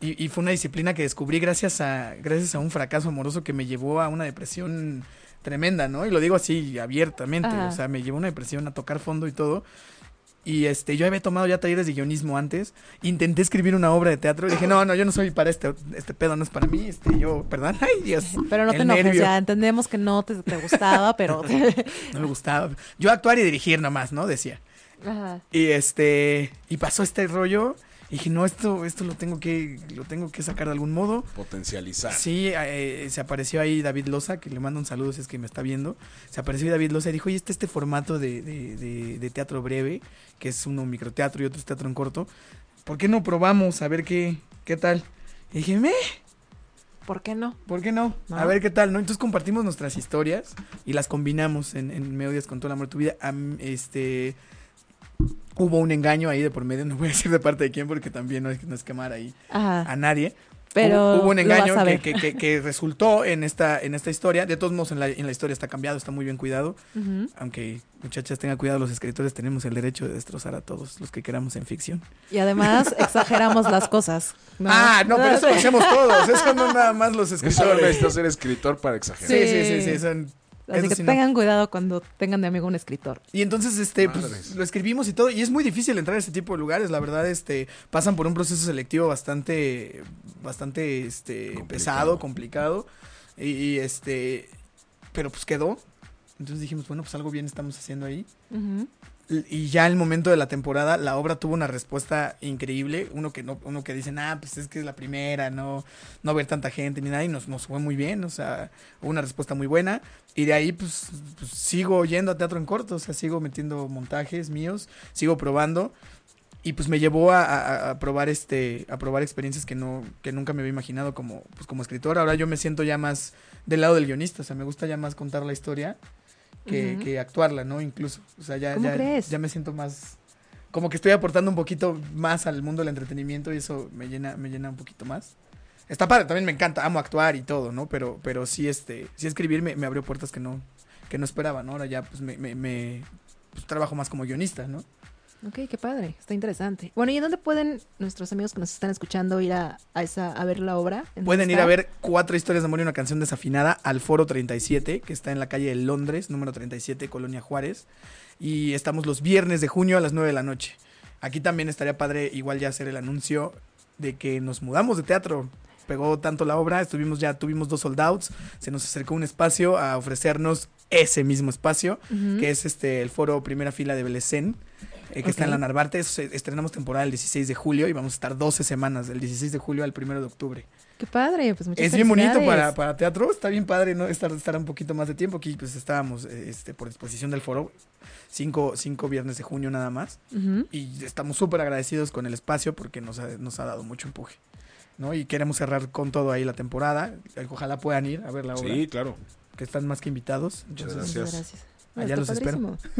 Speaker 5: Y, y fue una disciplina que descubrí gracias a, gracias a un fracaso amoroso que me llevó a una depresión tremenda, ¿no? Y lo digo así abiertamente,
Speaker 3: Ajá.
Speaker 5: o sea, me llevó a una depresión a tocar fondo y todo. Y este, yo había tomado ya talleres de guionismo antes. Intenté escribir una obra de teatro y dije, no, no, yo no soy para este, este pedo, no es para mí. Este, yo, perdón, ay Dios.
Speaker 3: Pero no
Speaker 5: el
Speaker 3: te enojes,
Speaker 5: nervio.
Speaker 3: ya entendemos que no te, te gustaba, pero.
Speaker 5: No me gustaba. Yo actuar y dirigir nomás, ¿no? Decía.
Speaker 3: Ajá.
Speaker 5: Y este. Y pasó este rollo. Y dije, no, esto, esto lo tengo que. Lo tengo que sacar de algún modo.
Speaker 2: Potencializar.
Speaker 5: Sí, eh, se apareció ahí David Loza, que le mando un saludo si es que me está viendo. Se apareció David Loza y dijo, oye, este este formato de, de- de- de teatro breve, que es uno microteatro y otro es teatro en corto. ¿Por qué no probamos a ver qué, qué tal? Y dije, "Meh,
Speaker 3: ¿Por qué no?
Speaker 5: ¿Por qué no?
Speaker 3: ¿No?
Speaker 5: A ver qué tal, ¿no? Entonces compartimos nuestras historias y las combinamos en, en Me odias con todo el amor de tu vida. Am- este, hubo un engaño ahí de por medio, no voy a decir de parte de quién porque también no es, no es quemar ahí
Speaker 3: Ajá.
Speaker 5: a nadie.
Speaker 3: Ah. Pero.
Speaker 5: hubo, hubo un
Speaker 3: lo
Speaker 5: engaño
Speaker 3: vas a
Speaker 5: que,
Speaker 3: ver.
Speaker 5: que- que- que resultó en esta, en esta historia. De todos modos, en la, en la historia está cambiado, está muy bien cuidado.
Speaker 3: Ujú.
Speaker 5: Aunque, muchachas, tengan cuidado, los escritores tenemos el derecho de destrozar a todos los que queramos en ficción.
Speaker 3: Y además exageramos las cosas. ¿no?
Speaker 5: Ah, no, pero eso lo hacemos todos. Eso no nada más los
Speaker 2: Eso no
Speaker 5: escritores.
Speaker 2: necesitas ser escritor para exagerar.
Speaker 5: Sí, sí, sí, sí, son-
Speaker 3: Así
Speaker 5: eso
Speaker 3: que
Speaker 5: sí no.
Speaker 3: tengan cuidado cuando tengan de amigo un escritor.
Speaker 5: Y entonces, este, pues,
Speaker 2: Madres.
Speaker 5: lo escribimos y todo. Y es muy difícil entrar a este tipo de lugares. La verdad, este, pasan por un proceso selectivo bastante, bastante, este,
Speaker 2: Complicado.
Speaker 5: pesado, complicado. Y, y, este, pero pues quedó. Entonces dijimos, bueno, pues algo bien estamos haciendo ahí.
Speaker 3: Ujú.
Speaker 5: L- Y ya el momento de la temporada, la obra tuvo una respuesta increíble. Uno que no, uno que dice, ah, pues es que es la primera, no, no ver tanta gente ni nada. Y nos, nos fue muy bien, o sea, hubo una respuesta muy buena. Y de ahí, pues, pues, sigo yendo a teatro en corto, o sea, sigo metiendo montajes míos, sigo probando. Y pues me llevó a, a- a probar este, a probar experiencias que no, que nunca me había imaginado como, pues, como escritor. Ahora yo me siento ya más del lado del guionista, o sea, me gusta ya más contar la historia que,
Speaker 3: Ujú.
Speaker 5: que actuarla, ¿no? Incluso. O sea, ya,
Speaker 3: ¿Cómo
Speaker 5: ya,
Speaker 3: crees?
Speaker 5: ya me siento más. Como que estoy aportando un poquito más al mundo del entretenimiento y eso me llena, me llena un poquito más. Está padre, también me encanta, amo actuar y todo, ¿no? Pero, pero sí, este, sí escribir me, me abrió puertas que no, que no esperaba, ¿no? Ahora ya pues me, me- me, pues, trabajo más como guionista, ¿no?
Speaker 3: Ok, qué padre. Está interesante. Bueno, ¿y en dónde pueden nuestros amigos que nos están escuchando ir a, a esa, a ver la obra? ¿En dónde
Speaker 5: Pueden ir
Speaker 3: está?
Speaker 5: a ver cuatro historias de amor y una canción desafinada al Foro 37, que está en la calle de Londres, número 37, Colonia Juárez. Y estamos los viernes de junio a las 9 de la noche. Aquí también estaría padre igual ya hacer el anuncio de que nos mudamos de teatro. Pegó tanto la obra, estuvimos ya, tuvimos dos sold outs, se nos acercó un espacio a ofrecernos ese mismo espacio,
Speaker 3: Ujú.
Speaker 5: que es este el foro primera fila de Belecén, eh, que está en
Speaker 3: Ok.
Speaker 5: la Narvarte. Eso se- Estrenamos temporada el 16 de julio y vamos a estar 12 semanas, del 16 de julio al 1 de octubre.
Speaker 3: Qué padre, pues muchas
Speaker 5: Es bien bonito para,
Speaker 3: felicidades.
Speaker 5: para teatro, está bien padre, ¿no? Estar, estar un poquito más de tiempo. Aquí pues estábamos eh, este, por disposición del foro, cinco, cinco viernes de junio nada más.
Speaker 3: Ujú.
Speaker 5: Y estamos súper agradecidos con el espacio porque nos ha, nos ha dado mucho empuje. ¿no? Y queremos cerrar con todo ahí la temporada. Ojalá puedan ir a ver la obra,
Speaker 2: Sí, claro.
Speaker 5: que están más que invitados.
Speaker 2: Muchas
Speaker 5: Entonces,
Speaker 3: Muchas
Speaker 2: Gracias.
Speaker 3: gracias.
Speaker 5: Allá
Speaker 3: está
Speaker 5: los espero.
Speaker 3: padrísimo.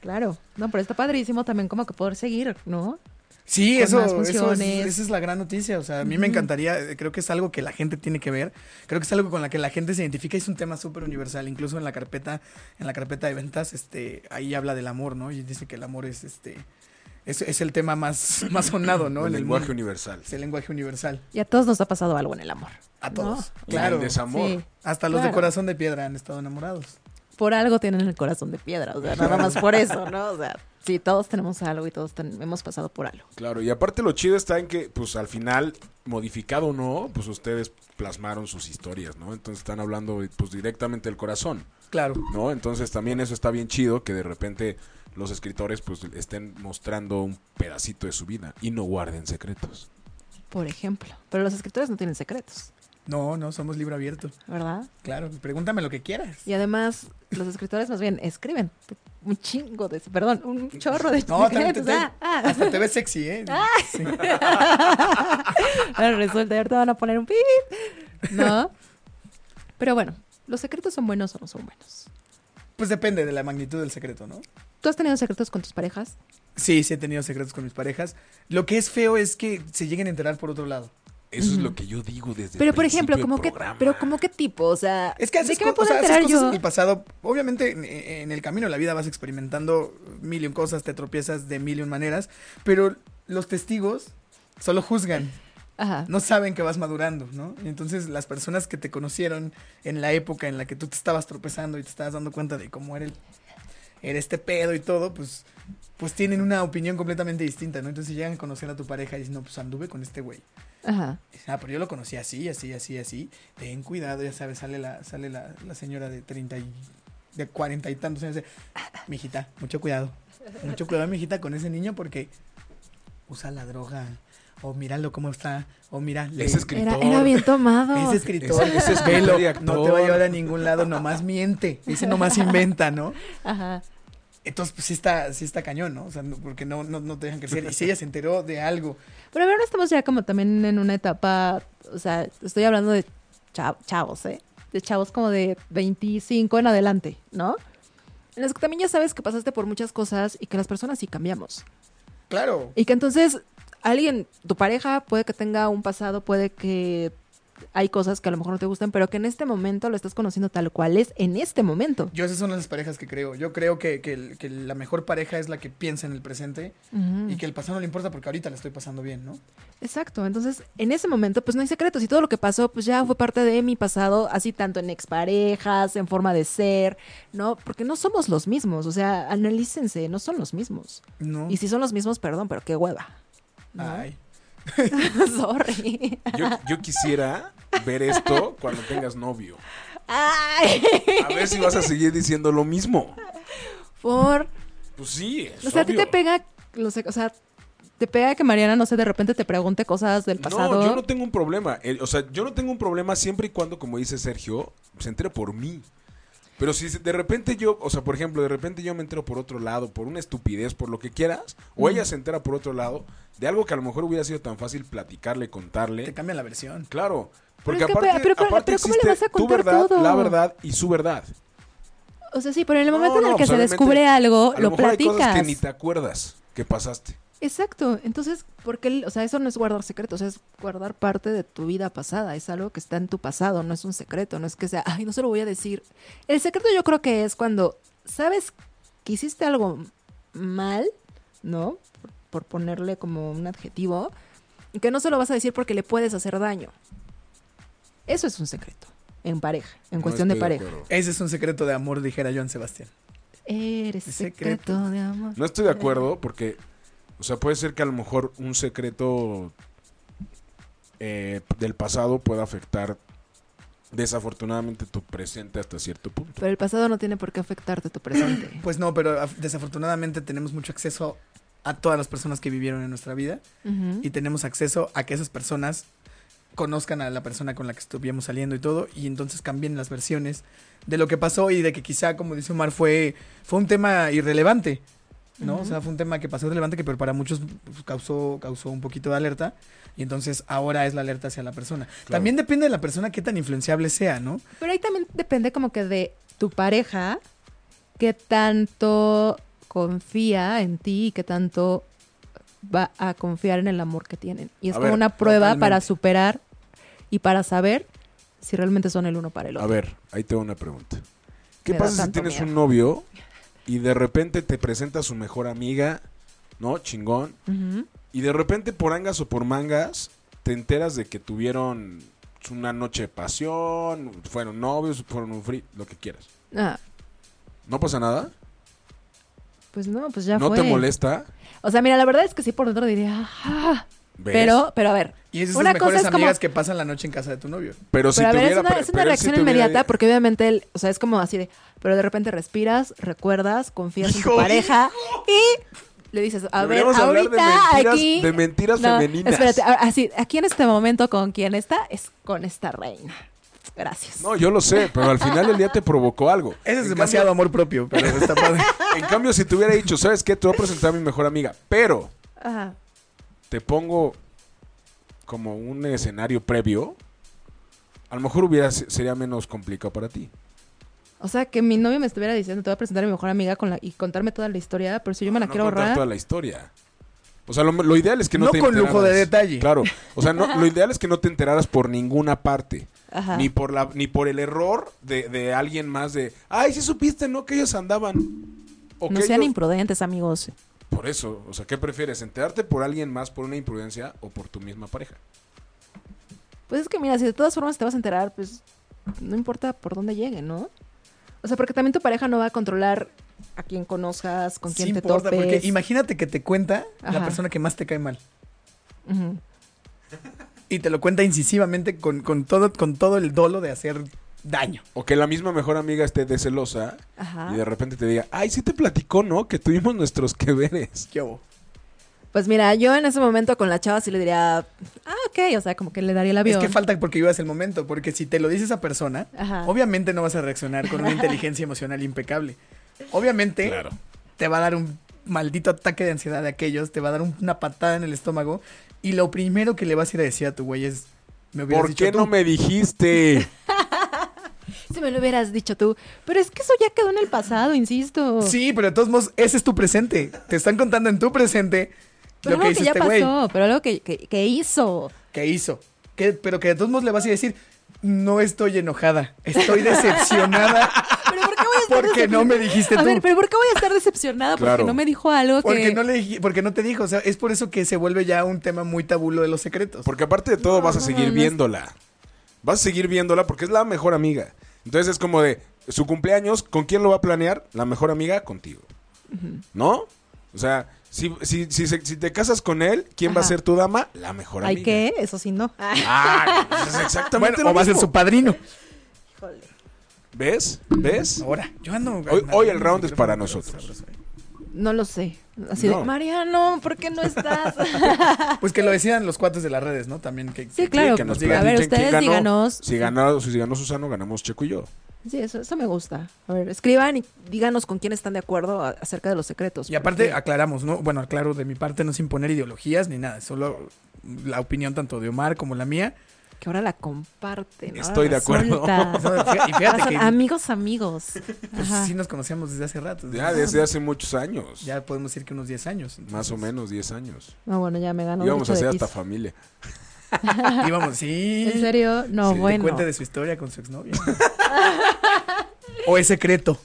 Speaker 3: Claro, no, pero está padrísimo también como que poder seguir, ¿no?
Speaker 5: Sí,
Speaker 3: con
Speaker 5: eso,
Speaker 3: más
Speaker 5: eso es-
Speaker 3: funciones.
Speaker 5: esa es la gran noticia. O sea, a mí me encantaría, eh, creo que es algo que la gente tiene que ver, creo que es algo con la que la gente se identifica, es un tema súper universal, incluso en la carpeta, en la carpeta de ventas, este, ahí habla del amor, ¿no? Y dice que el amor es este es, es el tema más, más sonado, ¿no?
Speaker 2: El
Speaker 5: en el
Speaker 2: lenguaje
Speaker 5: mundo.
Speaker 2: universal.
Speaker 5: Es el lenguaje universal.
Speaker 3: Y a todos nos ha pasado algo en el amor.
Speaker 5: A
Speaker 3: ¿no?
Speaker 5: todos.
Speaker 2: Y
Speaker 5: Claro.
Speaker 2: El desamor.
Speaker 3: Sí.
Speaker 5: Hasta los de
Speaker 3: Claro.
Speaker 5: corazón de piedra han estado enamorados.
Speaker 3: Por algo tienen el corazón de piedra, o sea, nada más por eso, ¿no? O sea, sí, todos tenemos algo y todos ten- hemos pasado por algo.
Speaker 2: Claro, y aparte lo chido está en que, pues al final, modificado o no, pues ustedes plasmaron sus historias, ¿no? Entonces están hablando, pues directamente del corazón,
Speaker 5: Claro.
Speaker 2: ¿no? Entonces también eso está bien chido, que de repente los escritores, pues estén mostrando un pedacito de su vida y no guarden secretos.
Speaker 3: Por ejemplo. Pero los escritores no tienen secretos,
Speaker 5: No, no, somos libro abierto.
Speaker 3: ¿verdad?
Speaker 5: Claro, pregúntame lo que quieras.
Speaker 3: Y además, los escritores más bien escriben un chingo de, perdón, un chorro de
Speaker 5: No, también te,
Speaker 3: secretos. Ah,
Speaker 5: te-
Speaker 3: ah.
Speaker 5: hasta te ves sexy, ¿eh? Sí.
Speaker 3: Ahora resulta, ahorita van a poner un pip. ¿No? Pero bueno, ¿los secretos son buenos o no son buenos?
Speaker 5: Pues depende de la magnitud del secreto, ¿no?
Speaker 3: ¿Tú has tenido secretos con tus parejas?
Speaker 5: Sí, sí he tenido secretos con mis parejas. Lo que es feo es que se lleguen a enterar por otro lado.
Speaker 2: Eso es lo que yo digo desde el
Speaker 3: pero por ejemplo,
Speaker 2: principio
Speaker 3: como
Speaker 2: del
Speaker 3: que,
Speaker 2: programa.
Speaker 3: pero como qué tipo, o sea,
Speaker 5: Es que haces,
Speaker 3: ¿de qué me
Speaker 5: co-
Speaker 3: puedo
Speaker 5: o sea, haces
Speaker 3: enterar
Speaker 5: cosas
Speaker 3: yo?
Speaker 5: en el pasado. Obviamente, en, en el camino de la vida vas experimentando mil y un cosas, te tropiezas de mil y un maneras, pero los testigos solo juzgan,
Speaker 3: Ajá.
Speaker 5: no saben que vas madurando, ¿no? Y entonces las personas que te conocieron en la época en la que tú te estabas tropezando y te estabas dando cuenta de cómo era, el, era este pedo y todo, pues, pues tienen una opinión completamente distinta, ¿no? Entonces llegan a conocer a tu pareja y dicen, no, pues anduve con este güey.
Speaker 3: Ajá.
Speaker 5: Ah, pero yo lo conocí así, así, así, así. Ten cuidado, ya sabes, sale la, sale la, la señora de 30 y de cuarenta y tantos años. dice, Mijita, mucho cuidado. Mucho cuidado, mijita, con ese niño porque usa la droga. O míralo cómo está. O mira, le-
Speaker 2: Es escritor.
Speaker 3: Era, era bien tomado.
Speaker 5: es escritor.
Speaker 2: Es- es escritor
Speaker 5: velo,
Speaker 2: y
Speaker 5: no
Speaker 2: actor.
Speaker 5: te va a llevar a ningún lado, nomás miente. Ese nomás inventa, ¿no?
Speaker 3: Ajá.
Speaker 5: Entonces, pues sí está, sí está cañón, ¿no? O sea, no- porque no, no, no te dejan crecer. Y si ella se enteró de algo
Speaker 3: Pero ahora estamos ya como también en una etapa, o sea, estoy hablando de cha- chavos, ¿eh? De chavos como de 25 en adelante, ¿no? En las que también ya sabes que pasaste por muchas cosas y que las personas sí cambiamos.
Speaker 5: Claro.
Speaker 3: Y que entonces alguien, tu pareja, puede que tenga un pasado, puede que hay cosas que a lo mejor no te gustan, pero que en este momento lo estás conociendo tal cual es en este momento.
Speaker 5: Yo esas son las parejas que creo. Yo creo que, que el- que la mejor pareja es la que piensa en el presente
Speaker 3: Ujú.
Speaker 5: y que el pasado no le importa porque ahorita la estoy pasando bien, ¿no?
Speaker 3: Exacto, entonces en ese momento pues no hay secretos y todo lo que pasó pues ya fue parte de mi pasado, así tanto en exparejas, en forma de ser, ¿no? Porque no somos los mismos, o sea, analícense, no son los mismos.
Speaker 5: No.
Speaker 3: Y si son los mismos, perdón, pero qué hueva.
Speaker 5: Ay.
Speaker 3: Sorry.
Speaker 2: Yo, yo quisiera ver esto cuando tengas novio.
Speaker 3: Ay,
Speaker 2: A ver si vas a seguir diciendo lo mismo.
Speaker 3: por...
Speaker 2: Pues sí, es
Speaker 3: O sea, a ti
Speaker 2: obvio.
Speaker 3: te pega, lo sé, o sea, te pega que Mariana, no sé, de repente te pregunte cosas del pasado.
Speaker 2: No, yo no tengo un problema. Eh, O sea, yo no tengo un problema siempre y cuando, como dice Sergio, se entere por mí. Pero si de repente yo, o sea, por ejemplo, de repente yo me entero por otro lado, por una estupidez, por lo que quieras,
Speaker 3: Mm.
Speaker 2: o ella se entera por otro lado, de algo que a lo mejor hubiera sido tan fácil platicarle,
Speaker 5: Te
Speaker 2: contarle.
Speaker 5: cambia la versión.
Speaker 2: Claro.
Speaker 3: Pero
Speaker 2: Porque
Speaker 3: es que,
Speaker 2: aparte,
Speaker 3: pero- pero-
Speaker 2: aparte
Speaker 3: pero ¿cómo le
Speaker 2: existe
Speaker 3: vas a
Speaker 2: tu
Speaker 3: contar
Speaker 2: verdad,
Speaker 3: todo?
Speaker 2: la verdad y su verdad.
Speaker 3: O sea, sí, pero en el momento
Speaker 2: No,
Speaker 3: en
Speaker 2: no,
Speaker 3: el que
Speaker 2: pues,
Speaker 3: se
Speaker 2: obviamente,
Speaker 3: descubre algo,
Speaker 2: a
Speaker 3: lo,
Speaker 2: mejor hay
Speaker 3: platicas.
Speaker 2: cosas que ni te acuerdas que pasaste.
Speaker 3: Exacto. Entonces, porque, el- o sea, eso no es guardar secretos, es guardar parte de tu vida pasada. Es algo que está en tu pasado, no es un secreto, no es que sea, ay, no se lo voy a decir. El secreto yo creo que es cuando sabes que hiciste algo mal, ¿no? Por, por ponerle como un adjetivo, y que no se lo vas a decir porque le puedes hacer daño. Eso es un secreto. En pareja, en
Speaker 2: No
Speaker 3: cuestión de
Speaker 2: estoy
Speaker 3: pareja.
Speaker 2: acuerdo.
Speaker 5: Ese es un secreto de amor, dijera Joan Sebastián.
Speaker 3: Eres
Speaker 5: Secreto.
Speaker 3: secreto de amor.
Speaker 2: No estoy de acuerdo porque, o sea, puede ser que a lo mejor un secreto eh, del pasado pueda afectar desafortunadamente tu presente hasta cierto punto.
Speaker 3: Pero el pasado no tiene por qué afectarte tu presente.
Speaker 5: Pues no, pero af- desafortunadamente tenemos mucho acceso a todas las personas que vivieron en nuestra vida
Speaker 3: Ujú.
Speaker 5: y tenemos acceso a que esas personas conozcan a la persona con la que estuvimos saliendo y todo y entonces cambien las versiones de lo que pasó y de que quizá como dice Omar fue fue un tema irrelevante no o sea fue un tema que pasó irrelevante que pero para muchos pues, causó causó un poquito de alerta y entonces ahora es la alerta hacia la persona también depende de la persona qué tan influenciable sea no
Speaker 3: Pero ahí también depende como que de tu pareja, qué tanto confía en ti y qué tanto va a confiar en el amor que tienen. Y es
Speaker 2: A
Speaker 3: como
Speaker 2: ver,
Speaker 3: una prueba
Speaker 5: totalmente.
Speaker 3: para superar y para saber si realmente son el uno para el
Speaker 2: A
Speaker 3: otro.
Speaker 2: ver, ahí te va una pregunta. ¿Qué
Speaker 3: Me da
Speaker 2: pasa si
Speaker 3: tanto
Speaker 2: tienes
Speaker 3: miedo.
Speaker 2: un novio y de repente te presenta a su mejor amiga, ¿no? Chingón.
Speaker 3: Ujú.
Speaker 2: Y de repente por angas o por mangas te enteras de que tuvieron una noche de pasión, fueron novios, fueron un free, lo que quieras.
Speaker 3: Ah,
Speaker 2: ¿No pasa nada?
Speaker 3: pues no, pues ya
Speaker 2: ¿No
Speaker 3: fue.
Speaker 2: te molesta?
Speaker 3: O sea, mira, la verdad es que sí por dentro diría, "Ah",
Speaker 2: ¿Ves?
Speaker 3: pero, pero a ver,
Speaker 5: Y es esas
Speaker 3: una cosa
Speaker 5: mejores
Speaker 3: es como,
Speaker 5: amigas que pasan la noche en casa de tu novio.
Speaker 2: Pero si
Speaker 3: pero a
Speaker 2: te
Speaker 3: ver, es
Speaker 2: hubiera
Speaker 3: una,
Speaker 2: pre-
Speaker 3: es una
Speaker 2: pero si
Speaker 3: reacción
Speaker 2: te hubiera-
Speaker 3: inmediata porque obviamente, el- o sea, es como así de, pero de repente respiras, recuerdas, confías en tu
Speaker 5: Hijo.
Speaker 3: pareja y le dices, a ver,
Speaker 2: Deberíamos hablar de
Speaker 3: ahorita
Speaker 2: mentiras-
Speaker 3: aquí...
Speaker 2: de mentiras femeninas.
Speaker 3: Espérate, a- así, aquí en este momento con quien está es con esta reina. Gracias.
Speaker 2: No, yo lo sé, pero al final el día te provocó algo.
Speaker 5: Ese es
Speaker 2: En
Speaker 5: demasiado amor propio, pero está padre.
Speaker 2: cambio- en cambio, si te hubiera dicho, ¿sabes qué? Te voy a presentar a mi mejor amiga, pero
Speaker 3: Ajá.
Speaker 2: te pongo como un escenario previo, a lo mejor hubiera, sería menos complicado para ti.
Speaker 3: O sea, que mi novio me estuviera diciendo, te voy a presentar a mi mejor amiga con la, y contarme toda la historia, pero si yo me la
Speaker 2: no
Speaker 3: quiero
Speaker 2: contar
Speaker 3: ahorrar...
Speaker 2: toda la historia. O sea, lo, lo ideal es que no,
Speaker 5: No
Speaker 2: te
Speaker 5: con lujo de
Speaker 2: enteraras.
Speaker 5: detalle.
Speaker 2: Claro. O sea, no- lo ideal es que no te enteraras por ninguna parte.
Speaker 3: Ajá.
Speaker 2: Ni por la, ni por el error de, de alguien más de ay, si supiste, ¿no? Que ellos andaban. O
Speaker 3: No
Speaker 2: que
Speaker 3: sean
Speaker 2: ellos-
Speaker 3: imprudentes, amigos.
Speaker 2: Por eso, o sea, ¿qué prefieres? ¿Enterarte por alguien más por una imprudencia o por tu misma pareja?
Speaker 3: Pues es que mira, si de todas formas te vas a enterar, pues no importa por dónde llegue, ¿no? O sea, porque también tu pareja no va a controlar a quién conozcas, con quién
Speaker 5: Sí
Speaker 3: te
Speaker 5: importa, porque
Speaker 3: topes.
Speaker 5: imagínate que te cuenta
Speaker 3: Ajá.
Speaker 5: la persona que más te cae mal.
Speaker 3: Ujú.
Speaker 5: Y te lo cuenta incisivamente con, con todo, con todo el dolo de hacer daño.
Speaker 2: O que la misma mejor amiga esté de celosa
Speaker 3: Ajá.
Speaker 2: y de repente te diga, ay, sí te platicó, ¿no? Que tuvimos nuestros que veres.
Speaker 5: ¿Qué hubo?
Speaker 3: Pues mira, yo en ese momento con la chava sí le diría, ah, ok, o sea, como que le daría el
Speaker 5: Es
Speaker 3: avión.
Speaker 5: que falta porque vivas el momento, porque si te lo dice esa persona,
Speaker 3: Ajá.
Speaker 5: obviamente no vas a reaccionar con una inteligencia emocional impecable. Obviamente te va a dar un maldito ataque de ansiedad de aquellos, te va a dar un- una patada en el estómago y lo primero que le vas a ir a decir a tu güey es, me hubieras
Speaker 2: ¿Por
Speaker 5: dicho
Speaker 2: qué
Speaker 5: tú".
Speaker 2: no me dijiste?
Speaker 3: Si me lo hubieras dicho tú. Pero es que eso ya quedó en el pasado, insisto.
Speaker 5: Sí, pero de todos modos, ese es tu presente. Te están contando en tu presente
Speaker 3: pero
Speaker 5: lo que
Speaker 3: Pues algo
Speaker 5: hizo
Speaker 3: ya
Speaker 5: este güey.
Speaker 3: pasó, pero algo que, que- que hizo.
Speaker 5: que hizo. Que, pero que de todos modos le vas a decir, no estoy enojada, estoy decepcionada
Speaker 3: Pero ¿por qué voy a estar
Speaker 5: porque no me dijiste
Speaker 3: decepcionada?
Speaker 5: tú.
Speaker 3: A ver, pero ¿por qué voy a estar decepcionada?
Speaker 2: Claro.
Speaker 3: Porque no me dijo algo
Speaker 5: porque,
Speaker 3: que...
Speaker 5: no le, dij- porque no te dijo, o sea, es por eso que se vuelve ya un tema muy tabulo de los secretos.
Speaker 2: Porque aparte de todo vas a seguir viéndola. Vas a seguir viéndola porque es la mejor amiga. Entonces es como de su cumpleaños, ¿con quién lo va a planear? La mejor amiga contigo. ¿No? O sea, si, si, si, se- si te casas con él, ¿quién va a
Speaker 3: Ajá.
Speaker 2: ser tu dama? La mejor
Speaker 3: Ay,
Speaker 2: amiga.
Speaker 3: ¿qué? Eso sí, no.
Speaker 2: Ah, pues es
Speaker 5: Bueno,
Speaker 2: exactamente
Speaker 5: o
Speaker 2: lo
Speaker 5: va a ser
Speaker 2: mismo.
Speaker 5: su padrino.
Speaker 2: ¿Ves? ¿Ves?
Speaker 5: Ahora, yo ando.
Speaker 2: Hoy- hoy el round es para nosotros.
Speaker 5: ¿eh?
Speaker 3: No lo sé. Así
Speaker 2: No.
Speaker 3: de, Mariano, ¿por qué no estás?
Speaker 5: Pues que lo decidan los cuates de las redes, ¿no? También que.
Speaker 3: sí, claro.
Speaker 2: que nos
Speaker 3: pues,
Speaker 2: digan,
Speaker 3: a ver,
Speaker 2: "Dicen quién
Speaker 3: ustedes
Speaker 2: ganó".
Speaker 3: díganos.
Speaker 2: Si ganó, si ganó Susano, ganamos Checo y yo.
Speaker 3: Sí, eso, eso me gusta. A ver, escriban y díganos con quién están de acuerdo a- acerca de los secretos.
Speaker 5: Y aparte,
Speaker 3: porque-
Speaker 5: aclaramos, ¿no? Bueno, aclaro de mi parte, no es imponer ideologías ni nada, solo la opinión tanto de Omar como la mía.
Speaker 3: que ahora la comparten. ahora
Speaker 2: Estoy de acuerdo.
Speaker 3: resulta.
Speaker 5: Y fíjate
Speaker 3: Ahora son
Speaker 5: que.
Speaker 3: Amigos, amigos.
Speaker 5: Pues
Speaker 3: Ajá.
Speaker 5: sí nos conocíamos desde hace rato.
Speaker 2: Ya
Speaker 5: entonces,
Speaker 2: desde hace muchos años.
Speaker 5: ya podemos decir que unos 10 años. entonces. pues,
Speaker 2: Más o menos 10 años.
Speaker 3: No, bueno, ya me ganó.
Speaker 2: Íbamos
Speaker 3: derecho
Speaker 2: a
Speaker 3: de
Speaker 2: ser hasta
Speaker 3: piso.
Speaker 2: familia.
Speaker 5: Íbamos, sí.
Speaker 3: ¿En serio? No,
Speaker 5: Sí, que
Speaker 3: bueno.
Speaker 5: cuente de su historia con su exnovia. o es secreto.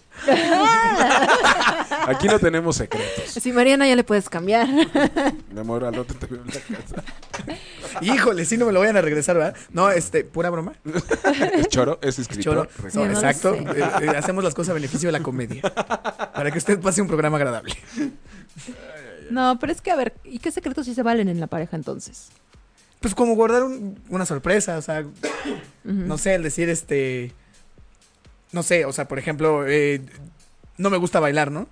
Speaker 2: Aquí no tenemos secretos.
Speaker 3: Sí, Mariana, ya le puedes cambiar.
Speaker 2: Mi amor, al otro te veo en la casa.
Speaker 5: Híjole, sí, no me lo vayan a regresar, ¿verdad? No, este, pura broma.
Speaker 2: Es choro, es escritor.
Speaker 5: Choro.
Speaker 2: recuerda.
Speaker 5: No,
Speaker 3: Sí, no lo
Speaker 5: exacto.
Speaker 3: sé.
Speaker 5: Eh, eh, hacemos las cosas a beneficio de la comedia. Para que usted pase un programa agradable.
Speaker 3: No, pero es que, a ver, ¿y qué secretos sí se valen en la pareja entonces?
Speaker 5: Pues como guardar un- una sorpresa, o sea, no sé, el decir este, no sé, o sea, por ejemplo, eh, no me gusta bailar, ¿no?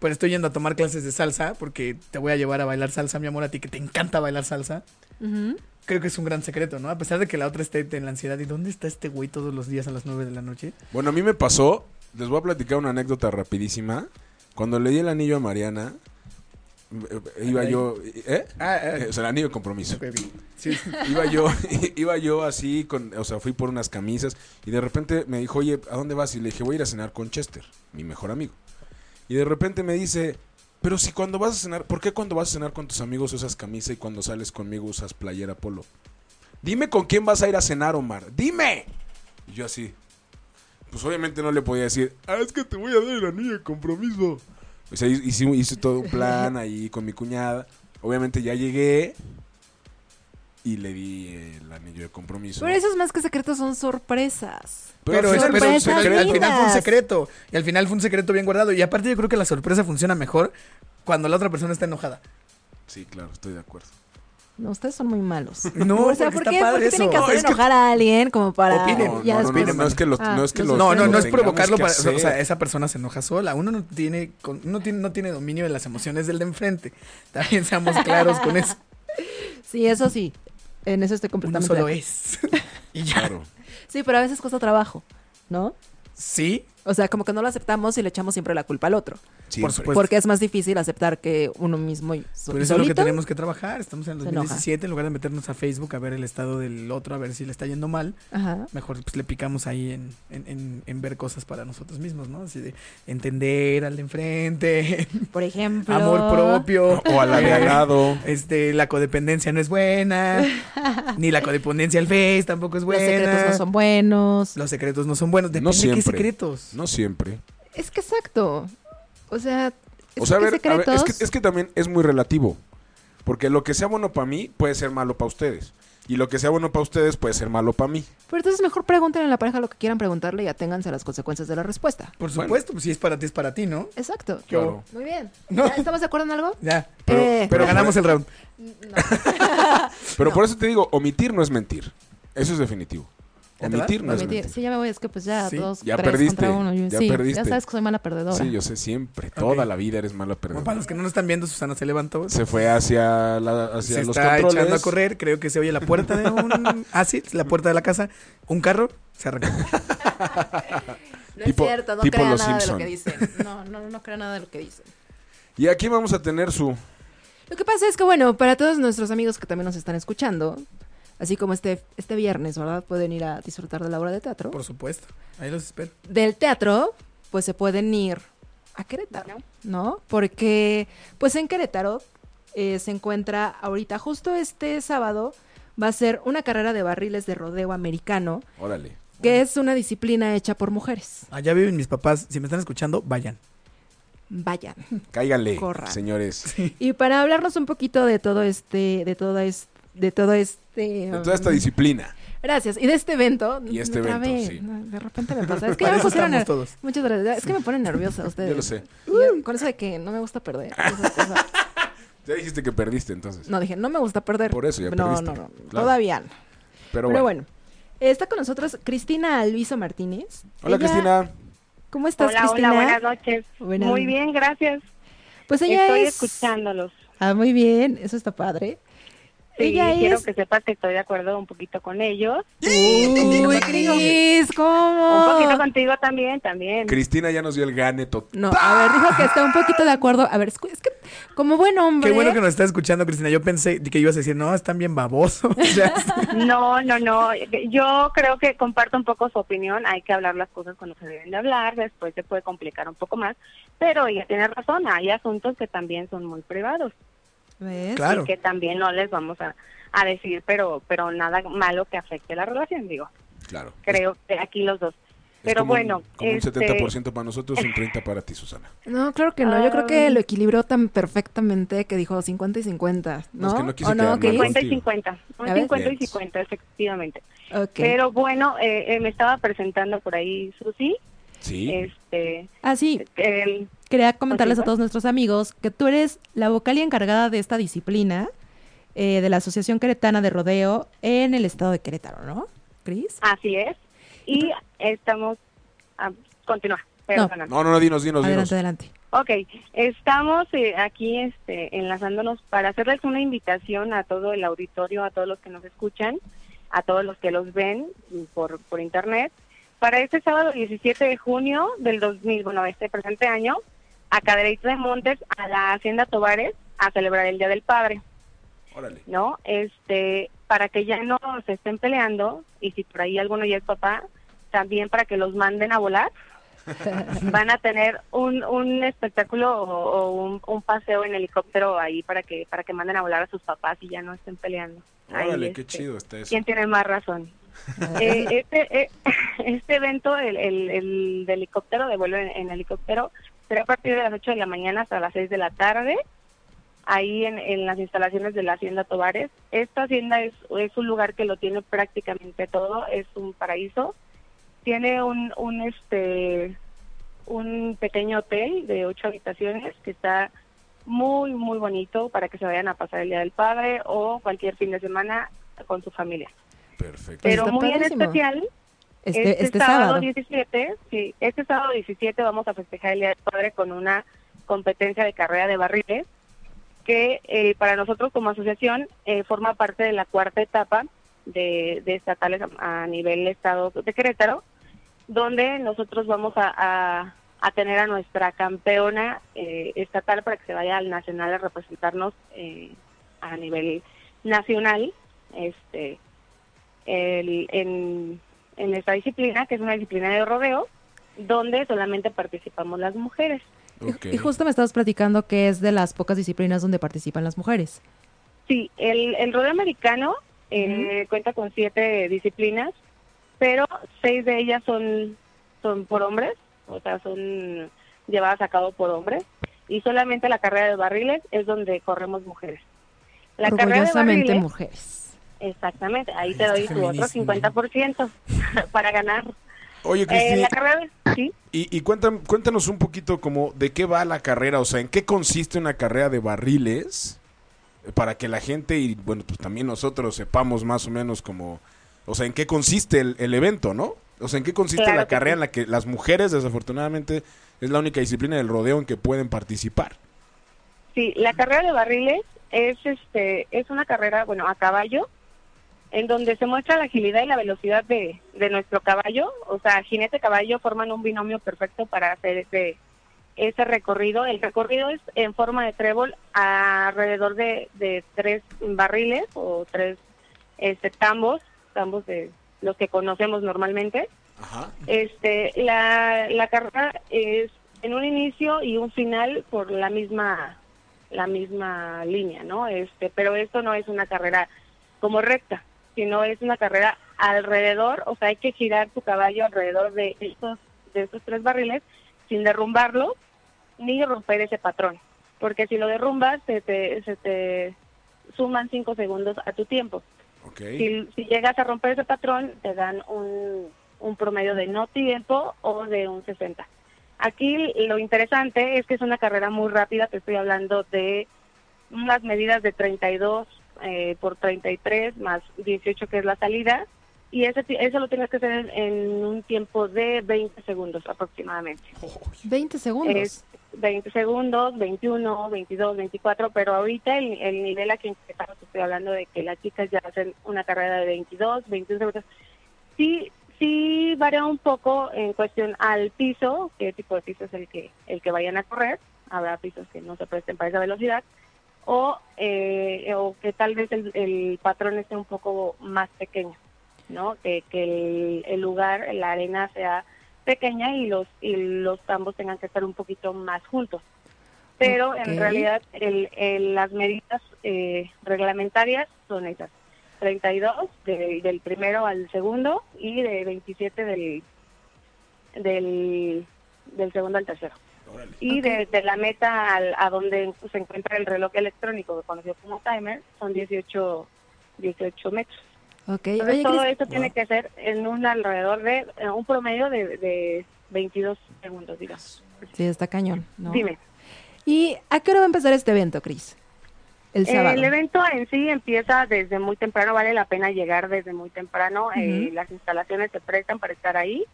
Speaker 5: Pero estoy yendo a tomar clases de salsa porque te voy a llevar a bailar salsa, mi amor, a ti que te encanta bailar salsa.
Speaker 3: Ujú.
Speaker 5: Creo que es un gran secreto, ¿no? A pesar de que la otra esté en la ansiedad y dónde está este güey todos los días a las 9 de la noche.
Speaker 2: Bueno, a mí me pasó, les voy a platicar una anécdota rapidísima. Cuando le di el anillo a Mariana, eh, iba
Speaker 5: Ay.
Speaker 2: yo... ¿Eh?
Speaker 5: Ah,
Speaker 2: Eh, O sea, el anillo de compromiso.
Speaker 5: sí.
Speaker 2: Iba yo, iba yo así, con, o sea, fui por unas camisas y de repente me dijo, oye, ¿a dónde vas? Y le dije, voy a ir a cenar con Chester, mi mejor amigo. Y de repente me dice, Pero si cuando vas a cenar, ¿por qué cuando vas a cenar con tus amigos usas camisa y cuando sales conmigo usas playera polo? Dime con quién vas a ir a cenar, Omar. ¡Dime! Y yo así. Pues obviamente no le podía decir, ah, es que te voy a dar el anillo de compromiso. O sea, hice, hice todo un plan ahí con mi cuñada. Obviamente ya llegué y le di el anillo de compromiso.
Speaker 3: Por eso es más que secretos, son sorpresas.
Speaker 5: Pero, es- pero
Speaker 3: sorpresas
Speaker 5: secre- al final fue un
Speaker 3: lindas.
Speaker 5: secreto. Y al final fue un secreto bien guardado. Y aparte yo creo que la sorpresa funciona mejor cuando la otra persona está enojada.
Speaker 2: Sí, claro, estoy de acuerdo.
Speaker 3: No, ustedes son muy malos.
Speaker 5: No,
Speaker 3: o sea,
Speaker 5: porque
Speaker 3: ¿por
Speaker 5: está
Speaker 3: qué,
Speaker 5: padre
Speaker 3: por qué tienen
Speaker 5: eso.
Speaker 3: que
Speaker 5: No,
Speaker 3: hacer
Speaker 5: es que-
Speaker 3: enojar a alguien como para
Speaker 5: Opinen.
Speaker 2: No,
Speaker 3: ya
Speaker 2: no, no,
Speaker 3: después?
Speaker 2: no, no, es que lo,
Speaker 3: Ah,
Speaker 2: no Pues es que
Speaker 3: los
Speaker 2: lo-
Speaker 5: No, no,
Speaker 2: lo
Speaker 5: no es
Speaker 2: tengamos
Speaker 5: provocarlo
Speaker 2: que
Speaker 5: para.
Speaker 2: hacer.
Speaker 5: O sea, esa persona se enoja sola. Uno no tiene, con- no tiene, no tiene dominio de las emociones del de enfrente. También seamos claros con eso.
Speaker 3: Sí, eso sí. En eso estoy
Speaker 5: Uno
Speaker 3: completamente. de
Speaker 5: solo
Speaker 3: acuerdo.
Speaker 5: E. es. Y ya.
Speaker 2: Claro.
Speaker 3: Sí, pero a veces cuesta trabajo, ¿no?
Speaker 5: Sí,
Speaker 3: O sea, como que no lo aceptamos y le echamos siempre la culpa al otro.
Speaker 5: por
Speaker 2: Siempre.
Speaker 5: supuesto.
Speaker 3: porque es más difícil aceptar que uno mismo y so-
Speaker 5: Por eso es lo que
Speaker 3: solito.
Speaker 5: tenemos que trabajar. Estamos en el
Speaker 3: Se enoja.
Speaker 5: 2017. En lugar de meternos a Facebook a ver el estado del otro, a ver si le está yendo mal,
Speaker 3: Ajá.
Speaker 5: mejor pues, le picamos ahí en, en- en- en ver cosas para nosotros mismos, ¿no? Así de entender al de enfrente,
Speaker 3: Por ejemplo.
Speaker 5: amor propio. Eh,
Speaker 2: O a la de al lado.
Speaker 5: Este, la codependencia no es buena. ni la codependencia al Face tampoco es
Speaker 3: Los
Speaker 5: buena.
Speaker 3: secretos no son buenos.
Speaker 5: Los secretos no son buenos. Depende
Speaker 2: No
Speaker 5: de qué
Speaker 2: siempre.
Speaker 5: secretos.
Speaker 2: No siempre.
Speaker 3: Es que exacto. O sea, es
Speaker 2: O sea, a
Speaker 3: que
Speaker 2: ver, a ver,
Speaker 3: secretos.
Speaker 2: es, que, es que también es muy relativo. Porque lo que sea bueno para mí puede ser malo para ustedes. Y lo que sea bueno para ustedes puede ser malo para mí.
Speaker 3: Pero entonces mejor pregúntenle a la pareja lo que quieran preguntarle y aténganse a las consecuencias de la respuesta.
Speaker 5: Por
Speaker 2: Bueno.
Speaker 5: supuesto, pues si es para ti, es para ti, ¿no?
Speaker 3: Exacto.
Speaker 2: Claro.
Speaker 3: Muy bien.
Speaker 5: No.
Speaker 3: ¿Ya ¿Estamos de acuerdo en algo?
Speaker 5: Ya.
Speaker 3: Pero-
Speaker 5: Pero,
Speaker 3: Eh.
Speaker 2: pero-
Speaker 5: ganamos el round.
Speaker 3: Mm,
Speaker 2: Pero por eso te digo, omitir no es mentir. Eso es definitivo.
Speaker 5: ¿Ya te vas?
Speaker 2: Omitir no es
Speaker 3: Omitir.
Speaker 2: mentir.
Speaker 3: Sí, ya me voy. Es que pues ya
Speaker 5: Sí,
Speaker 3: dos,
Speaker 2: ya
Speaker 3: tres
Speaker 2: perdiste,
Speaker 3: contra uno. Yo-
Speaker 2: ya
Speaker 3: sí,
Speaker 2: perdiste.
Speaker 3: ya sabes que soy mala perdedora.
Speaker 2: Sí, yo sé, siempre. Toda la vida eres mala
Speaker 5: Bueno, para
Speaker 2: perdedora.
Speaker 5: los que no nos están viendo, Susana se levantó.
Speaker 2: Se fue hacia, la- hacia
Speaker 5: se
Speaker 2: los
Speaker 5: está
Speaker 2: controles.
Speaker 5: echando a correr. Creo que se oye la puerta de un. Ah, sí, la puerta de la casa. Un carro se arrancó.
Speaker 3: No
Speaker 2: Tipo-
Speaker 3: es cierto, no
Speaker 2: tipo
Speaker 3: crea
Speaker 2: los
Speaker 3: nada
Speaker 2: Simpson.
Speaker 3: de lo que dicen. No, no, no crea nada de lo que dicen.
Speaker 2: Y aquí vamos a tener su...
Speaker 3: Lo que pasa es que, bueno, para todos nuestros amigos que también nos están escuchando, así como este, este viernes, ¿verdad? Pueden ir a disfrutar de la obra de teatro.
Speaker 5: Por supuesto. Ahí los espero.
Speaker 3: Del teatro, pues se pueden ir a Querétaro, ¿no? Porque, pues en Querétaro eh, se encuentra ahorita, justo este sábado, va a ser una carrera de barriles de rodeo americano,
Speaker 2: Órale.
Speaker 3: que es una disciplina hecha por mujeres.
Speaker 5: Allá viven mis papás. Si me están escuchando, vayan.
Speaker 3: Vayan.
Speaker 2: Cáiganle,
Speaker 3: Corran.
Speaker 2: señores.
Speaker 3: Y para hablarnos un poquito de todo este, de todo este, de todo este...
Speaker 2: De toda esta disciplina.
Speaker 3: Gracias. Y de este evento.
Speaker 2: Y este
Speaker 3: otra
Speaker 2: evento,
Speaker 3: vez,
Speaker 2: sí.
Speaker 3: no, De repente me pasa. Es que ya
Speaker 5: Para
Speaker 3: me
Speaker 5: eso
Speaker 3: pusieron.
Speaker 5: estamos
Speaker 3: ner-
Speaker 5: todos.
Speaker 3: Muchas gracias. Es que me ponen nerviosa ustedes.
Speaker 2: Yo lo sé.
Speaker 3: Y yo- con eso de que no me gusta perder. esas cosas.
Speaker 2: Ya dijiste que perdiste, entonces.
Speaker 3: No, dije, no me gusta perder.
Speaker 2: Por eso ya
Speaker 3: No,
Speaker 2: perdiste.
Speaker 3: no, no.
Speaker 2: Claro.
Speaker 3: Todavía no.
Speaker 2: Pero,
Speaker 3: Pero,
Speaker 2: bueno.
Speaker 3: bueno. Está con nosotros Cristina Alviso Martínez.
Speaker 2: Hola,
Speaker 3: Ella-
Speaker 2: Cristina.
Speaker 3: ¿Cómo estás,
Speaker 7: Hola,
Speaker 3: Cristina?
Speaker 7: hola, buenas noches.
Speaker 3: Buenas
Speaker 7: Muy
Speaker 3: noches.
Speaker 7: bien, gracias.
Speaker 3: Pues ella
Speaker 7: Estoy
Speaker 3: es.
Speaker 7: escuchándolos.
Speaker 3: Ah, muy bien. Eso está padre.
Speaker 7: Sí,
Speaker 3: ella
Speaker 7: quiero
Speaker 3: es.
Speaker 7: que sepas que estoy de acuerdo un poquito con ellos.
Speaker 3: Uy, Cris, ¿cómo?
Speaker 7: Un poquito contigo también, también.
Speaker 2: Cristina ya nos dio el gane total.
Speaker 3: No, a ver, dijo que está un poquito de acuerdo. A ver, escu- es que como buen hombre.
Speaker 5: Qué bueno que nos está escuchando, Cristina. Yo pensé que ibas a decir, no, están bien babosos. O sea,
Speaker 7: No, no, no. Yo creo que comparto un poco su opinión. Hay que hablar las cosas cuando se deben de hablar. Después se puede complicar un poco más. Pero ella tiene razón. Hay asuntos que también son muy privados.
Speaker 3: ¿Ves?
Speaker 5: claro.
Speaker 7: Y que también no les vamos a, a decir, pero, pero nada malo que afecte la relación, digo.
Speaker 2: Claro.
Speaker 7: Creo que aquí los dos.
Speaker 2: Es
Speaker 7: Pero
Speaker 2: como un-
Speaker 7: bueno.
Speaker 2: como un
Speaker 7: este,
Speaker 2: 70% para nosotros y un 30% para ti, Susana.
Speaker 3: No, claro que no. Yo creo que
Speaker 7: Ay.
Speaker 3: lo equilibró tan perfectamente que dijo 50 y 50,
Speaker 2: No,
Speaker 3: ¿no?
Speaker 2: es que no quise
Speaker 3: ¿O
Speaker 2: quedar mal.
Speaker 3: Cris?
Speaker 7: 50 y
Speaker 2: Contigo.
Speaker 7: 50. Un
Speaker 3: A ver.
Speaker 7: 50 y
Speaker 2: Bien.
Speaker 7: 50, efectivamente.
Speaker 3: Ok.
Speaker 7: Pero bueno, eh, eh, me estaba presentando por ahí Susi.
Speaker 2: Sí.
Speaker 7: Este,
Speaker 3: Ah, sí,
Speaker 7: em,
Speaker 3: quería comentarles a
Speaker 7: Continúa.
Speaker 3: todos nuestros amigos que tú eres la vocal y encargada de esta disciplina eh, de la Asociación Queretana de Rodeo en el estado de Querétaro, ¿no, Cris?
Speaker 7: así es. Y estamos. ah, continúa. Perdóname.
Speaker 2: No, no, no, dinos, dinos, dinos.
Speaker 3: Adelante, adelante.
Speaker 7: Ok, estamos eh, aquí este, enlazándonos para hacerles una invitación a todo el auditorio, a todos los que nos escuchan, a todos los que los ven por, por internet, para este sábado 17 de junio del 2000, bueno, este presente año, a Cadereyta de Montes, a la Hacienda Tobares, a celebrar el Día del Padre.
Speaker 2: Órale.
Speaker 7: ¿no? Este, para que ya no se estén peleando y si por ahí alguno ya es papá, también para que los manden a volar van a tener un, un espectáculo o, o un, un paseo en helicóptero ahí para que para que manden a volar a sus papás y ya no estén peleando. Ahí,
Speaker 2: Órale, qué
Speaker 7: este,
Speaker 2: chido está eso.
Speaker 7: ¿Quién tiene más razón? Eh, este, eh, este evento, el, el- el de helicóptero, de vuelo en, en helicóptero, será a partir de las 8 de la mañana hasta las 6 de la tarde, ahí en, en las instalaciones de la Hacienda Tobares. Esta hacienda es, es un lugar que lo tiene prácticamente todo, es un paraíso. Tiene un, un, este, un pequeño hotel de ocho habitaciones que está muy, muy bonito para que se vayan a pasar el Día del Padre o cualquier fin de semana con su familia.
Speaker 2: Perfecto.
Speaker 7: Pero
Speaker 3: Pues está
Speaker 7: muy en
Speaker 3: padrísimo.
Speaker 7: especial,
Speaker 3: Este, este,
Speaker 7: sábado,
Speaker 3: sábado.
Speaker 7: 17, sí, este sábado 17 vamos a festejar el Día del Padre con una competencia de carrera de barriles que eh, para nosotros como asociación eh, forma parte de la cuarta etapa de, de estatales a, a nivel estado de Querétaro, donde nosotros vamos a, a- a tener a nuestra campeona eh, estatal para que se vaya al nacional a representarnos eh, a nivel nacional este el- en, en esta disciplina, que es una disciplina de rodeo, donde solamente participamos las mujeres.
Speaker 3: Y-
Speaker 2: Ok.
Speaker 3: Y justo me estabas platicando que es de las pocas disciplinas donde participan las mujeres.
Speaker 7: Sí, el, el rodeo americano eh, cuenta con siete disciplinas, pero seis de ellas son, son por hombres, o sea, son llevadas a cabo por hombres, y solamente la carrera de barriles es donde corremos mujeres. La carrera de
Speaker 3: Orgullosamente
Speaker 7: barriles,
Speaker 3: mujeres.
Speaker 7: exactamente, ahí te doy
Speaker 5: Está
Speaker 7: tu otro
Speaker 5: feminísima.
Speaker 7: 50% para ganar.
Speaker 2: Oye,
Speaker 7: Eh,
Speaker 2: Cristi,
Speaker 7: la carrera, sí.
Speaker 2: y, y cuéntam- cuéntanos un poquito como de qué va la carrera, o sea, en qué consiste una carrera de barriles eh, para que la gente y, bueno, pues también nosotros sepamos más o menos como, o sea, en qué consiste el, el evento, ¿no? O sea, en qué consiste
Speaker 7: Claro
Speaker 2: la
Speaker 7: que
Speaker 2: carrera
Speaker 7: sí.
Speaker 2: en la que las mujeres, desafortunadamente, es la única disciplina del rodeo en que pueden participar.
Speaker 7: Sí, la carrera de barriles es este es una carrera, bueno, a caballo, en donde se muestra la agilidad y la velocidad de, de nuestro caballo. O sea, jinete y caballo forman un binomio perfecto para hacer ese, ese recorrido. El recorrido es en forma de trébol alrededor de, de tres barriles o tres este, tambos, tambos de los que conocemos normalmente.
Speaker 2: Ajá.
Speaker 7: Este, la, la carrera es en un inicio y un final por la misma la misma línea, ¿no? Este, pero esto no es una carrera como recta, sino es una carrera alrededor, o sea, hay que girar tu caballo alrededor de estos de estos tres barriles sin derrumbarlo ni romper ese patrón, porque si lo derrumbas se te, se te suman cinco segundos a tu tiempo.
Speaker 2: Ok.
Speaker 7: Si, si llegas a romper ese patrón, te dan un, un promedio de no tiempo o de un 60. Aquí lo interesante es que es una carrera muy rápida, te estoy hablando de unas medidas de 32 eh, por 33 más 18 que es la salida, y ese, ti- eso lo tienes que hacer en, en un tiempo de 20 segundos aproximadamente.
Speaker 3: 20 segundos.
Speaker 7: Es 20 segundos, 21, 22, 24, pero ahorita el, el nivel aquí en Querétaro te estoy hablando de que las chicas ya hacen una carrera de 22, 21 segundos. Sí, sí varía un poco en cuestión al piso, qué tipo de piso es el que, el que vayan a correr. Habrá pisos que no se presten para esa velocidad o, eh, o que tal vez el, el patrón esté un poco más pequeño, ¿no? Que, que el, el lugar, la arena sea pequeña y los y los tambos tengan que estar un poquito más juntos. Pero
Speaker 3: Ok.
Speaker 7: en realidad el, el- las medidas eh, reglamentarias son esas. 32 del, del primero al segundo y de 27 del del, del segundo al tercero. Y desde la meta al- a donde se encuentra el reloj electrónico, conocido como timer, son 18, 18 metros.
Speaker 3: Ok,
Speaker 7: Entonces,
Speaker 3: oye,
Speaker 7: todo
Speaker 3: Cris,
Speaker 7: esto tiene que ser en un alrededor de, en un promedio de, de 22 segundos, digamos.
Speaker 3: sí, está cañón. ¿no?
Speaker 7: Dime.
Speaker 3: ¿Y a qué hora va a empezar este evento, Cris? El sábado.
Speaker 7: Eh, El evento en sí empieza desde muy temprano, vale la pena llegar desde muy temprano, eh, las instalaciones se prestan para estar ahí,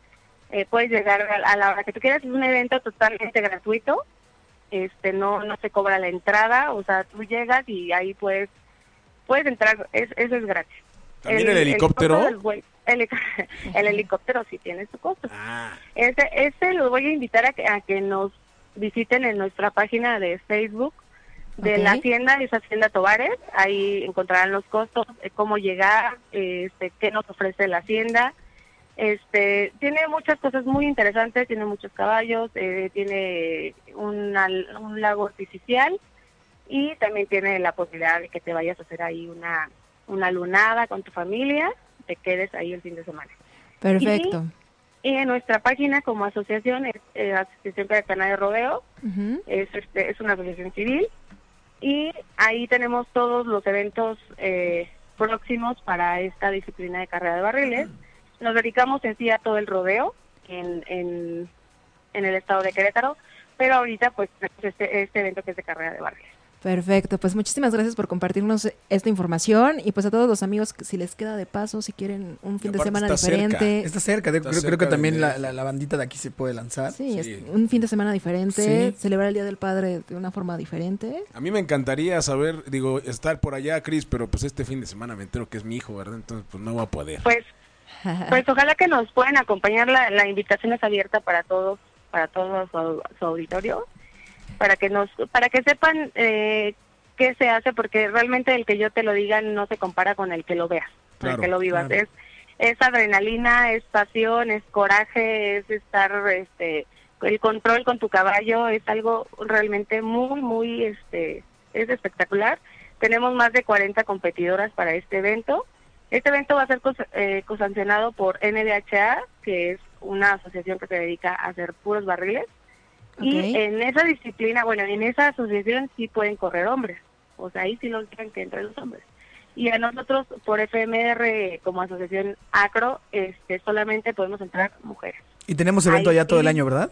Speaker 7: eh, puedes llegar a, a la hora que tú quieras, es un evento totalmente gratuito, este no no se cobra la entrada, o sea, tú llegas y ahí puedes puedes entrar, es- eso es gratis.
Speaker 2: ¿También el helicóptero?
Speaker 7: costo del vuel- El, helic- el helicóptero sí tiene su costo.
Speaker 2: Ah,
Speaker 7: Este, este los voy a invitar a que, a que nos visiten en nuestra página de Facebook de
Speaker 3: Ok.
Speaker 7: la hacienda, es Hacienda Tobares. Ahí encontrarán los costos, eh, cómo llegar, eh, este, qué nos ofrece la hacienda, Este, tiene muchas cosas muy interesantes, tiene muchos caballos, eh, tiene un, al- un lago artificial y también tiene la posibilidad de que te vayas a hacer ahí una, una lunada con tu familia, te quedes ahí el fin de semana.
Speaker 3: Perfecto.
Speaker 7: Y en nuestra página como asociación, es, eh, Asociación Queretana de Rodeo,
Speaker 3: Ujú.
Speaker 7: es, este, es una asociación civil y ahí tenemos todos los eventos eh, próximos para esta disciplina de carrera de barriles. Nos dedicamos en sí a todo el rodeo en, en, en el estado de Querétaro, pero ahorita pues tenemos este, este evento que es de carrera de barriles.
Speaker 3: Perfecto, pues muchísimas gracias por compartirnos esta información y pues a todos los amigos, que si les queda de paso, si quieren un fin de
Speaker 2: aparte
Speaker 3: semana
Speaker 2: está cerca.
Speaker 3: diferente,
Speaker 5: Está cerca, de-
Speaker 2: Está
Speaker 5: creo, creo
Speaker 2: cerca
Speaker 5: que
Speaker 2: de
Speaker 5: también la,
Speaker 2: Venecia.
Speaker 5: la- la bandita de aquí se puede lanzar.
Speaker 3: sí, es
Speaker 2: Sí.
Speaker 3: un fin de semana diferente,
Speaker 5: Sí.
Speaker 3: celebrar el Día del Padre de una forma diferente.
Speaker 2: A mí me encantaría saber, digo, estar por allá, Cris, pero pues este fin de semana me entero que es mi hijo, ¿verdad? Entonces, pues no va a poder.
Speaker 7: Pues pues ojalá que nos puedan acompañar, la, la invitación es abierta para todos, para todo su, su auditorio, para que nos, para que sepan eh, qué se hace, porque realmente el que yo te lo diga no se compara con el que lo veas, con
Speaker 2: Claro,
Speaker 7: el que lo vivas,
Speaker 5: claro.
Speaker 7: es, es adrenalina, es pasión, es coraje, es estar, este, el control con tu caballo, es algo realmente muy, muy, este, es espectacular. Tenemos más de 40 competidoras para este evento. Este evento va a ser cos- eh, cosancionado por NDHA, que es una asociación que se dedica a hacer puros barriles.
Speaker 3: Ok.
Speaker 7: Y en esa disciplina, bueno, en esa asociación sí pueden correr hombres. O sea, ahí sí los dejan que entren los hombres. Y a nosotros, por FMR, como asociación ACRO, este, solamente podemos entrar mujeres.
Speaker 5: Y tenemos evento
Speaker 7: Ahí
Speaker 5: allá todo el
Speaker 7: sí.
Speaker 5: año, ¿verdad?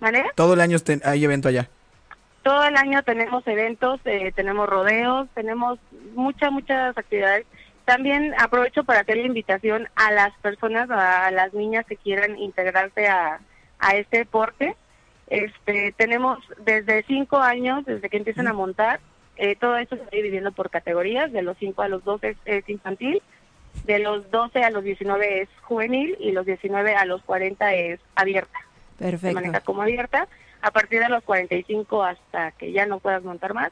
Speaker 7: ¿Vale?
Speaker 5: Todo el año ten- hay evento allá.
Speaker 7: todo el año tenemos eventos, eh, tenemos rodeos, tenemos muchas, muchas actividades. También aprovecho para hacer la invitación a las personas, a las niñas que quieran integrarse a, a este deporte. Este, tenemos desde cinco años, desde que empiezan a montar, eh, todo esto se va dividiendo por categorías, de los 5 a los 12 es, es infantil, de los 12 a los 19 es juvenil y los 19 a los 40 es abierta se maneja
Speaker 3: Perfecto.
Speaker 7: como abierta. A partir de los 45 hasta que ya no puedas montar más,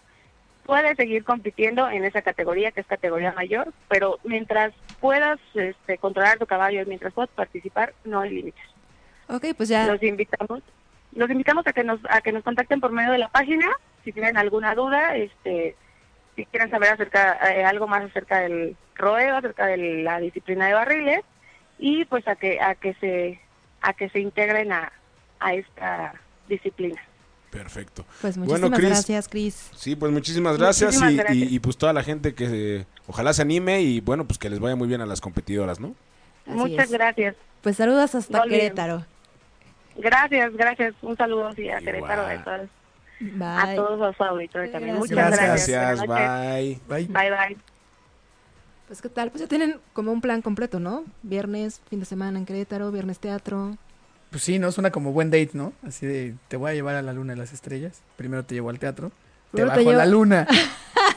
Speaker 7: puedes seguir compitiendo en esa categoría, que es categoría mayor, pero mientras puedas este, controlar tu caballo y mientras puedas participar, no hay límites.
Speaker 3: Ok, pues ya,
Speaker 7: Los invitamos, los invitamos a que nos a que nos contacten por medio de la página, si tienen alguna duda, este, si quieren saber acerca eh, algo más acerca del rodeo, acerca de la disciplina de barriles y pues a que a que se a que se integren a, a esta disciplina.
Speaker 2: Perfecto.
Speaker 3: pues muchísimas
Speaker 2: Bueno, Cris.
Speaker 3: gracias, Cris.
Speaker 2: Sí, pues muchísimas gracias,
Speaker 7: Muchísimas
Speaker 2: y,
Speaker 7: gracias.
Speaker 2: y- y, pues toda la gente que eh, ojalá se anime y bueno, pues que les vaya muy bien a las competidoras, ¿no?
Speaker 3: Así
Speaker 7: Muchas
Speaker 3: es.
Speaker 7: gracias.
Speaker 3: Pues saludos hasta
Speaker 7: No olviden.
Speaker 3: Querétaro.
Speaker 7: Gracias, gracias. Un saludo sí, a Querétaro,
Speaker 2: Igual.
Speaker 7: a todos,
Speaker 3: Bye.
Speaker 7: a todos los auditores también.
Speaker 3: Gracias.
Speaker 7: Muchas gracias.
Speaker 2: Gracias,
Speaker 7: Buenas
Speaker 2: bye.
Speaker 5: Bye.
Speaker 7: noches. Bye, bye.
Speaker 3: Pues qué tal, pues ya tienen como un plan completo, ¿no? Viernes, fin de semana en Querétaro, viernes teatro.
Speaker 5: Pues sí, ¿no? Suena como buen date, ¿no? Así de, te voy a llevar a la luna de las estrellas. Primero te llevo al teatro. Te
Speaker 3: Luego te
Speaker 5: bajo a la
Speaker 3: llevo-
Speaker 5: luna.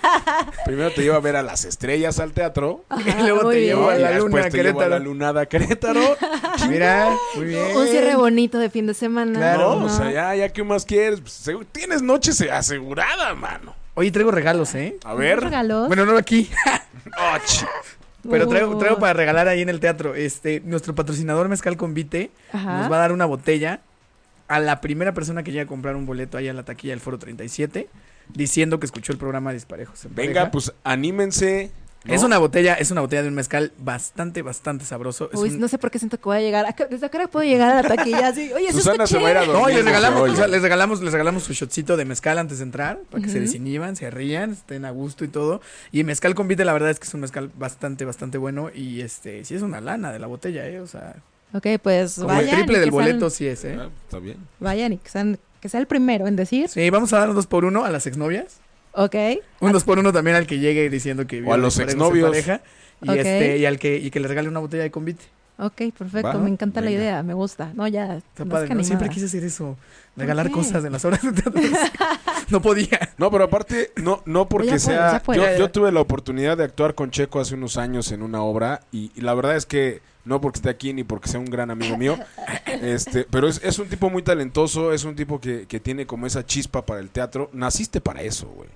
Speaker 2: Primero te llevo a ver a las estrellas al teatro.
Speaker 5: y luego
Speaker 3: muy
Speaker 5: te
Speaker 3: bien.
Speaker 5: llevo a
Speaker 2: y
Speaker 5: la
Speaker 2: después
Speaker 5: luna, a
Speaker 2: te llevo a la
Speaker 5: Querétaro.
Speaker 2: lunada a Querétaro.
Speaker 5: Mira, muy bien.
Speaker 3: Un cierre bonito de fin de semana.
Speaker 2: Claro, o sea, ya, ya, ¿qué más quieres? Pues, segu- tienes noche se- asegurada, mano.
Speaker 5: Oye, traigo regalos, ¿eh?
Speaker 2: A ver.
Speaker 3: Pues,
Speaker 2: Oh,
Speaker 3: Regalos.
Speaker 5: Bueno, no aquí,
Speaker 2: Och.
Speaker 5: pero traigo,
Speaker 3: Uh.
Speaker 5: traigo para regalar ahí en el teatro. Este, nuestro patrocinador Mezcal Convite
Speaker 3: Ajá.
Speaker 5: nos va a dar una botella a la primera persona que llegue a comprar un boleto ahí a la taquilla del Foro 37 diciendo que escuchó el programa Disparejos. en
Speaker 2: Venga,
Speaker 5: Pareja.
Speaker 2: pues anímense. ¿no?
Speaker 5: Es una botella, es una botella de un mezcal bastante, bastante sabroso. Es
Speaker 3: Uy,
Speaker 5: un-
Speaker 3: no sé por qué siento que voy a llegar. ¿A qué- ¿Desde acá puedo llegar a la taquilla? Así, Oye, eso
Speaker 2: Susana
Speaker 3: está
Speaker 2: se va a ir a
Speaker 3: chévere.
Speaker 2: dormir.
Speaker 5: No, y les regalamos,
Speaker 2: Oye.
Speaker 5: o sea, les regalamos, les regalamos su shotcito de mezcal antes de entrar, para que se desinhiban, se rían, estén a gusto y todo. Y mezcal convite, la verdad es que es un mezcal bastante, bastante bueno. Y este, sí es una lana de la botella, eh. O sea,
Speaker 3: Ok, pues
Speaker 5: como
Speaker 3: vayan.
Speaker 5: el triple
Speaker 3: y
Speaker 5: del
Speaker 3: que sean-
Speaker 5: boleto sí es, eh.
Speaker 2: Ah, Está bien.
Speaker 3: Vayan y que, sean- que sea el primero en decir.
Speaker 5: Sí, vamos a dar un dos por uno a las exnovias.
Speaker 3: Ok.
Speaker 5: Un dos por uno también al que llegue diciendo que vio
Speaker 2: a los
Speaker 5: Disparejos en
Speaker 2: exnovios.
Speaker 5: pareja, y
Speaker 3: Ok.
Speaker 5: este, y al que, y que le regale una botella de convite.
Speaker 3: Ok, perfecto.
Speaker 2: Va,
Speaker 3: me encanta la
Speaker 2: venga.
Speaker 3: idea. Me gusta. No, ya.
Speaker 5: Está
Speaker 3: más
Speaker 5: padre,
Speaker 3: que
Speaker 5: ¿no? Siempre
Speaker 3: animada.
Speaker 5: quise hacer eso, regalar
Speaker 3: qué?
Speaker 5: cosas en las obras de teatro. no podía.
Speaker 2: No, pero aparte, no, no porque
Speaker 3: Ya puede,
Speaker 2: sea.
Speaker 3: ya puede.
Speaker 2: yo, yo tuve la oportunidad de actuar con Checo hace unos años en una obra y, y la verdad es que no porque esté aquí ni porque sea un gran amigo mío, este, pero es, es un tipo muy talentoso, es un tipo que, que tiene como esa chispa para el teatro. Naciste para eso, güey.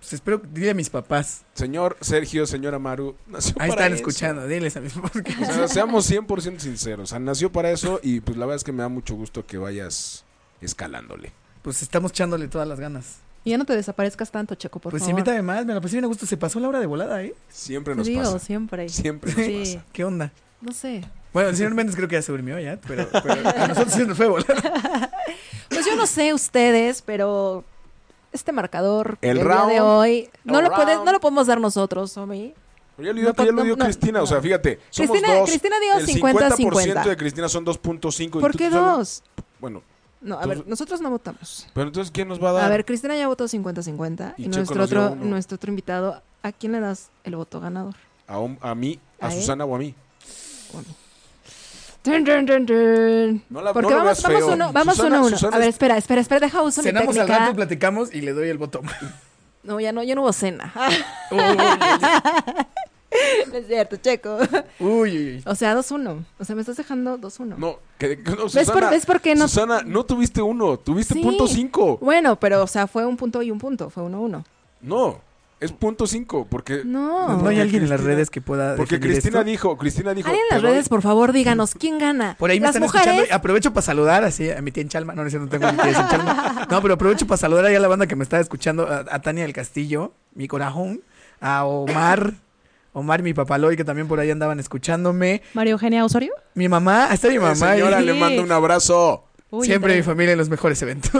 Speaker 5: Pues espero, dile a mis papás.
Speaker 2: Señor Sergio, señora Maru, nació
Speaker 5: Ahí
Speaker 2: para
Speaker 5: están
Speaker 2: eso.
Speaker 5: escuchando, diles a mis papás. que- pues,
Speaker 2: O sea, seamos 100% sinceros. O sea, nació para eso y pues la verdad es que me da mucho gusto que vayas escalándole.
Speaker 5: Pues estamos echándole todas las ganas.
Speaker 3: Y ya no te desaparezcas tanto, Checo, por
Speaker 5: pues
Speaker 3: favor.
Speaker 5: invítame más, me la pasé bien a gusto. Se pasó la hora de volada, ¿eh?
Speaker 2: Siempre
Speaker 3: Te
Speaker 2: nos
Speaker 3: digo,
Speaker 2: pasa.
Speaker 3: siempre.
Speaker 2: Siempre nos
Speaker 3: Sí,
Speaker 2: pasa.
Speaker 5: ¿Qué onda?
Speaker 3: no sé.
Speaker 5: Bueno, el señor Méndez creo que ya se durmió ya, pero, pero a nosotros se nos fue volada.
Speaker 3: Pues yo no sé ustedes, pero este marcador
Speaker 2: El
Speaker 3: del
Speaker 2: round,
Speaker 3: día de hoy no
Speaker 2: el
Speaker 3: lo, puede-
Speaker 2: round.
Speaker 3: no lo podemos dar nosotros, Omi.
Speaker 2: Pero ya lo dio,
Speaker 3: No,
Speaker 2: ya lo
Speaker 3: no,
Speaker 2: dio
Speaker 3: no,
Speaker 2: Cristina, o sea,
Speaker 3: no.
Speaker 2: fíjate, somos
Speaker 3: Cristina-
Speaker 2: dos.
Speaker 3: Cristina dio
Speaker 2: el
Speaker 3: 50-50.
Speaker 2: 50% de Cristina son 2.5. y
Speaker 3: ¿Por
Speaker 2: tú
Speaker 3: qué
Speaker 2: solo-
Speaker 3: dos?
Speaker 2: Bueno,
Speaker 3: No, a
Speaker 2: Tú-
Speaker 3: ver, nosotros no votamos.
Speaker 2: pero entonces, ¿quién nos va a dar?
Speaker 3: A ver, Cristina ya votó 50-50
Speaker 2: Y
Speaker 3: y,
Speaker 2: Checo
Speaker 3: nuestro,
Speaker 2: nos dio
Speaker 3: otro,
Speaker 2: uno.
Speaker 3: nuestro otro invitado, ¿a quién le das el voto ganador?
Speaker 2: A, un- a mí, a,
Speaker 3: ¿A él?
Speaker 2: Susana o a mí.
Speaker 3: Dun, dun, dun, dun.
Speaker 2: No la-
Speaker 3: Porque
Speaker 2: no lo
Speaker 3: vamos,
Speaker 2: veas
Speaker 3: vamos
Speaker 2: feo.
Speaker 3: uno, vamos
Speaker 2: Susana-
Speaker 3: uno a uno.
Speaker 2: Susana
Speaker 3: a ver,
Speaker 2: es-
Speaker 3: espera, espera, espera, deja uso mi
Speaker 5: Cenamos al rato,
Speaker 3: técnica.
Speaker 5: platicamos y le doy el botón.
Speaker 3: No, ya no, yo no hubo cena.
Speaker 2: Oh.
Speaker 5: Uy,
Speaker 3: No es cierto, Checo.
Speaker 5: uy, uy.
Speaker 3: O sea, 2-1. O sea, me estás dejando 2-1.
Speaker 2: No, que, que- no,
Speaker 3: ¿Ves por-
Speaker 2: Susana.
Speaker 3: ves por qué no-
Speaker 2: Susana, no tuviste uno, tuviste
Speaker 3: Sí.
Speaker 2: punto cinco.
Speaker 3: Bueno, pero, o sea, fue un punto y un punto. Fue 1-1.
Speaker 2: No, es punto cinco, porque,
Speaker 3: No.
Speaker 5: ¿No hay alguien en las
Speaker 2: Cristina-
Speaker 5: redes que pueda
Speaker 2: porque
Speaker 5: definir
Speaker 2: Cristina
Speaker 5: esto?
Speaker 2: dijo, Cristina dijo.
Speaker 3: Alguien en las
Speaker 2: te doy-
Speaker 3: redes, por favor, díganos quién gana.
Speaker 5: Por ahí me
Speaker 3: las
Speaker 5: están
Speaker 3: mujeres.
Speaker 5: escuchando. Aprovecho para saludar así a mi tía en Chalma. No, no, es cierto, no tengo ni tías en Chalma. No, pero aprovecho para saludar ahí a la banda que me está escuchando. A, a Tania del Castillo, mi corajón. A Omar. Omar, mi papaloy, que también por ahí andaban escuchándome.
Speaker 3: María Eugenia Osorio.
Speaker 5: Mi mamá, hasta mi mamá. ahí.
Speaker 2: Señora,
Speaker 3: Sí.
Speaker 2: le mando un abrazo.
Speaker 3: Uy,
Speaker 5: Siempre mi
Speaker 3: Andrea.
Speaker 5: familia en los mejores eventos.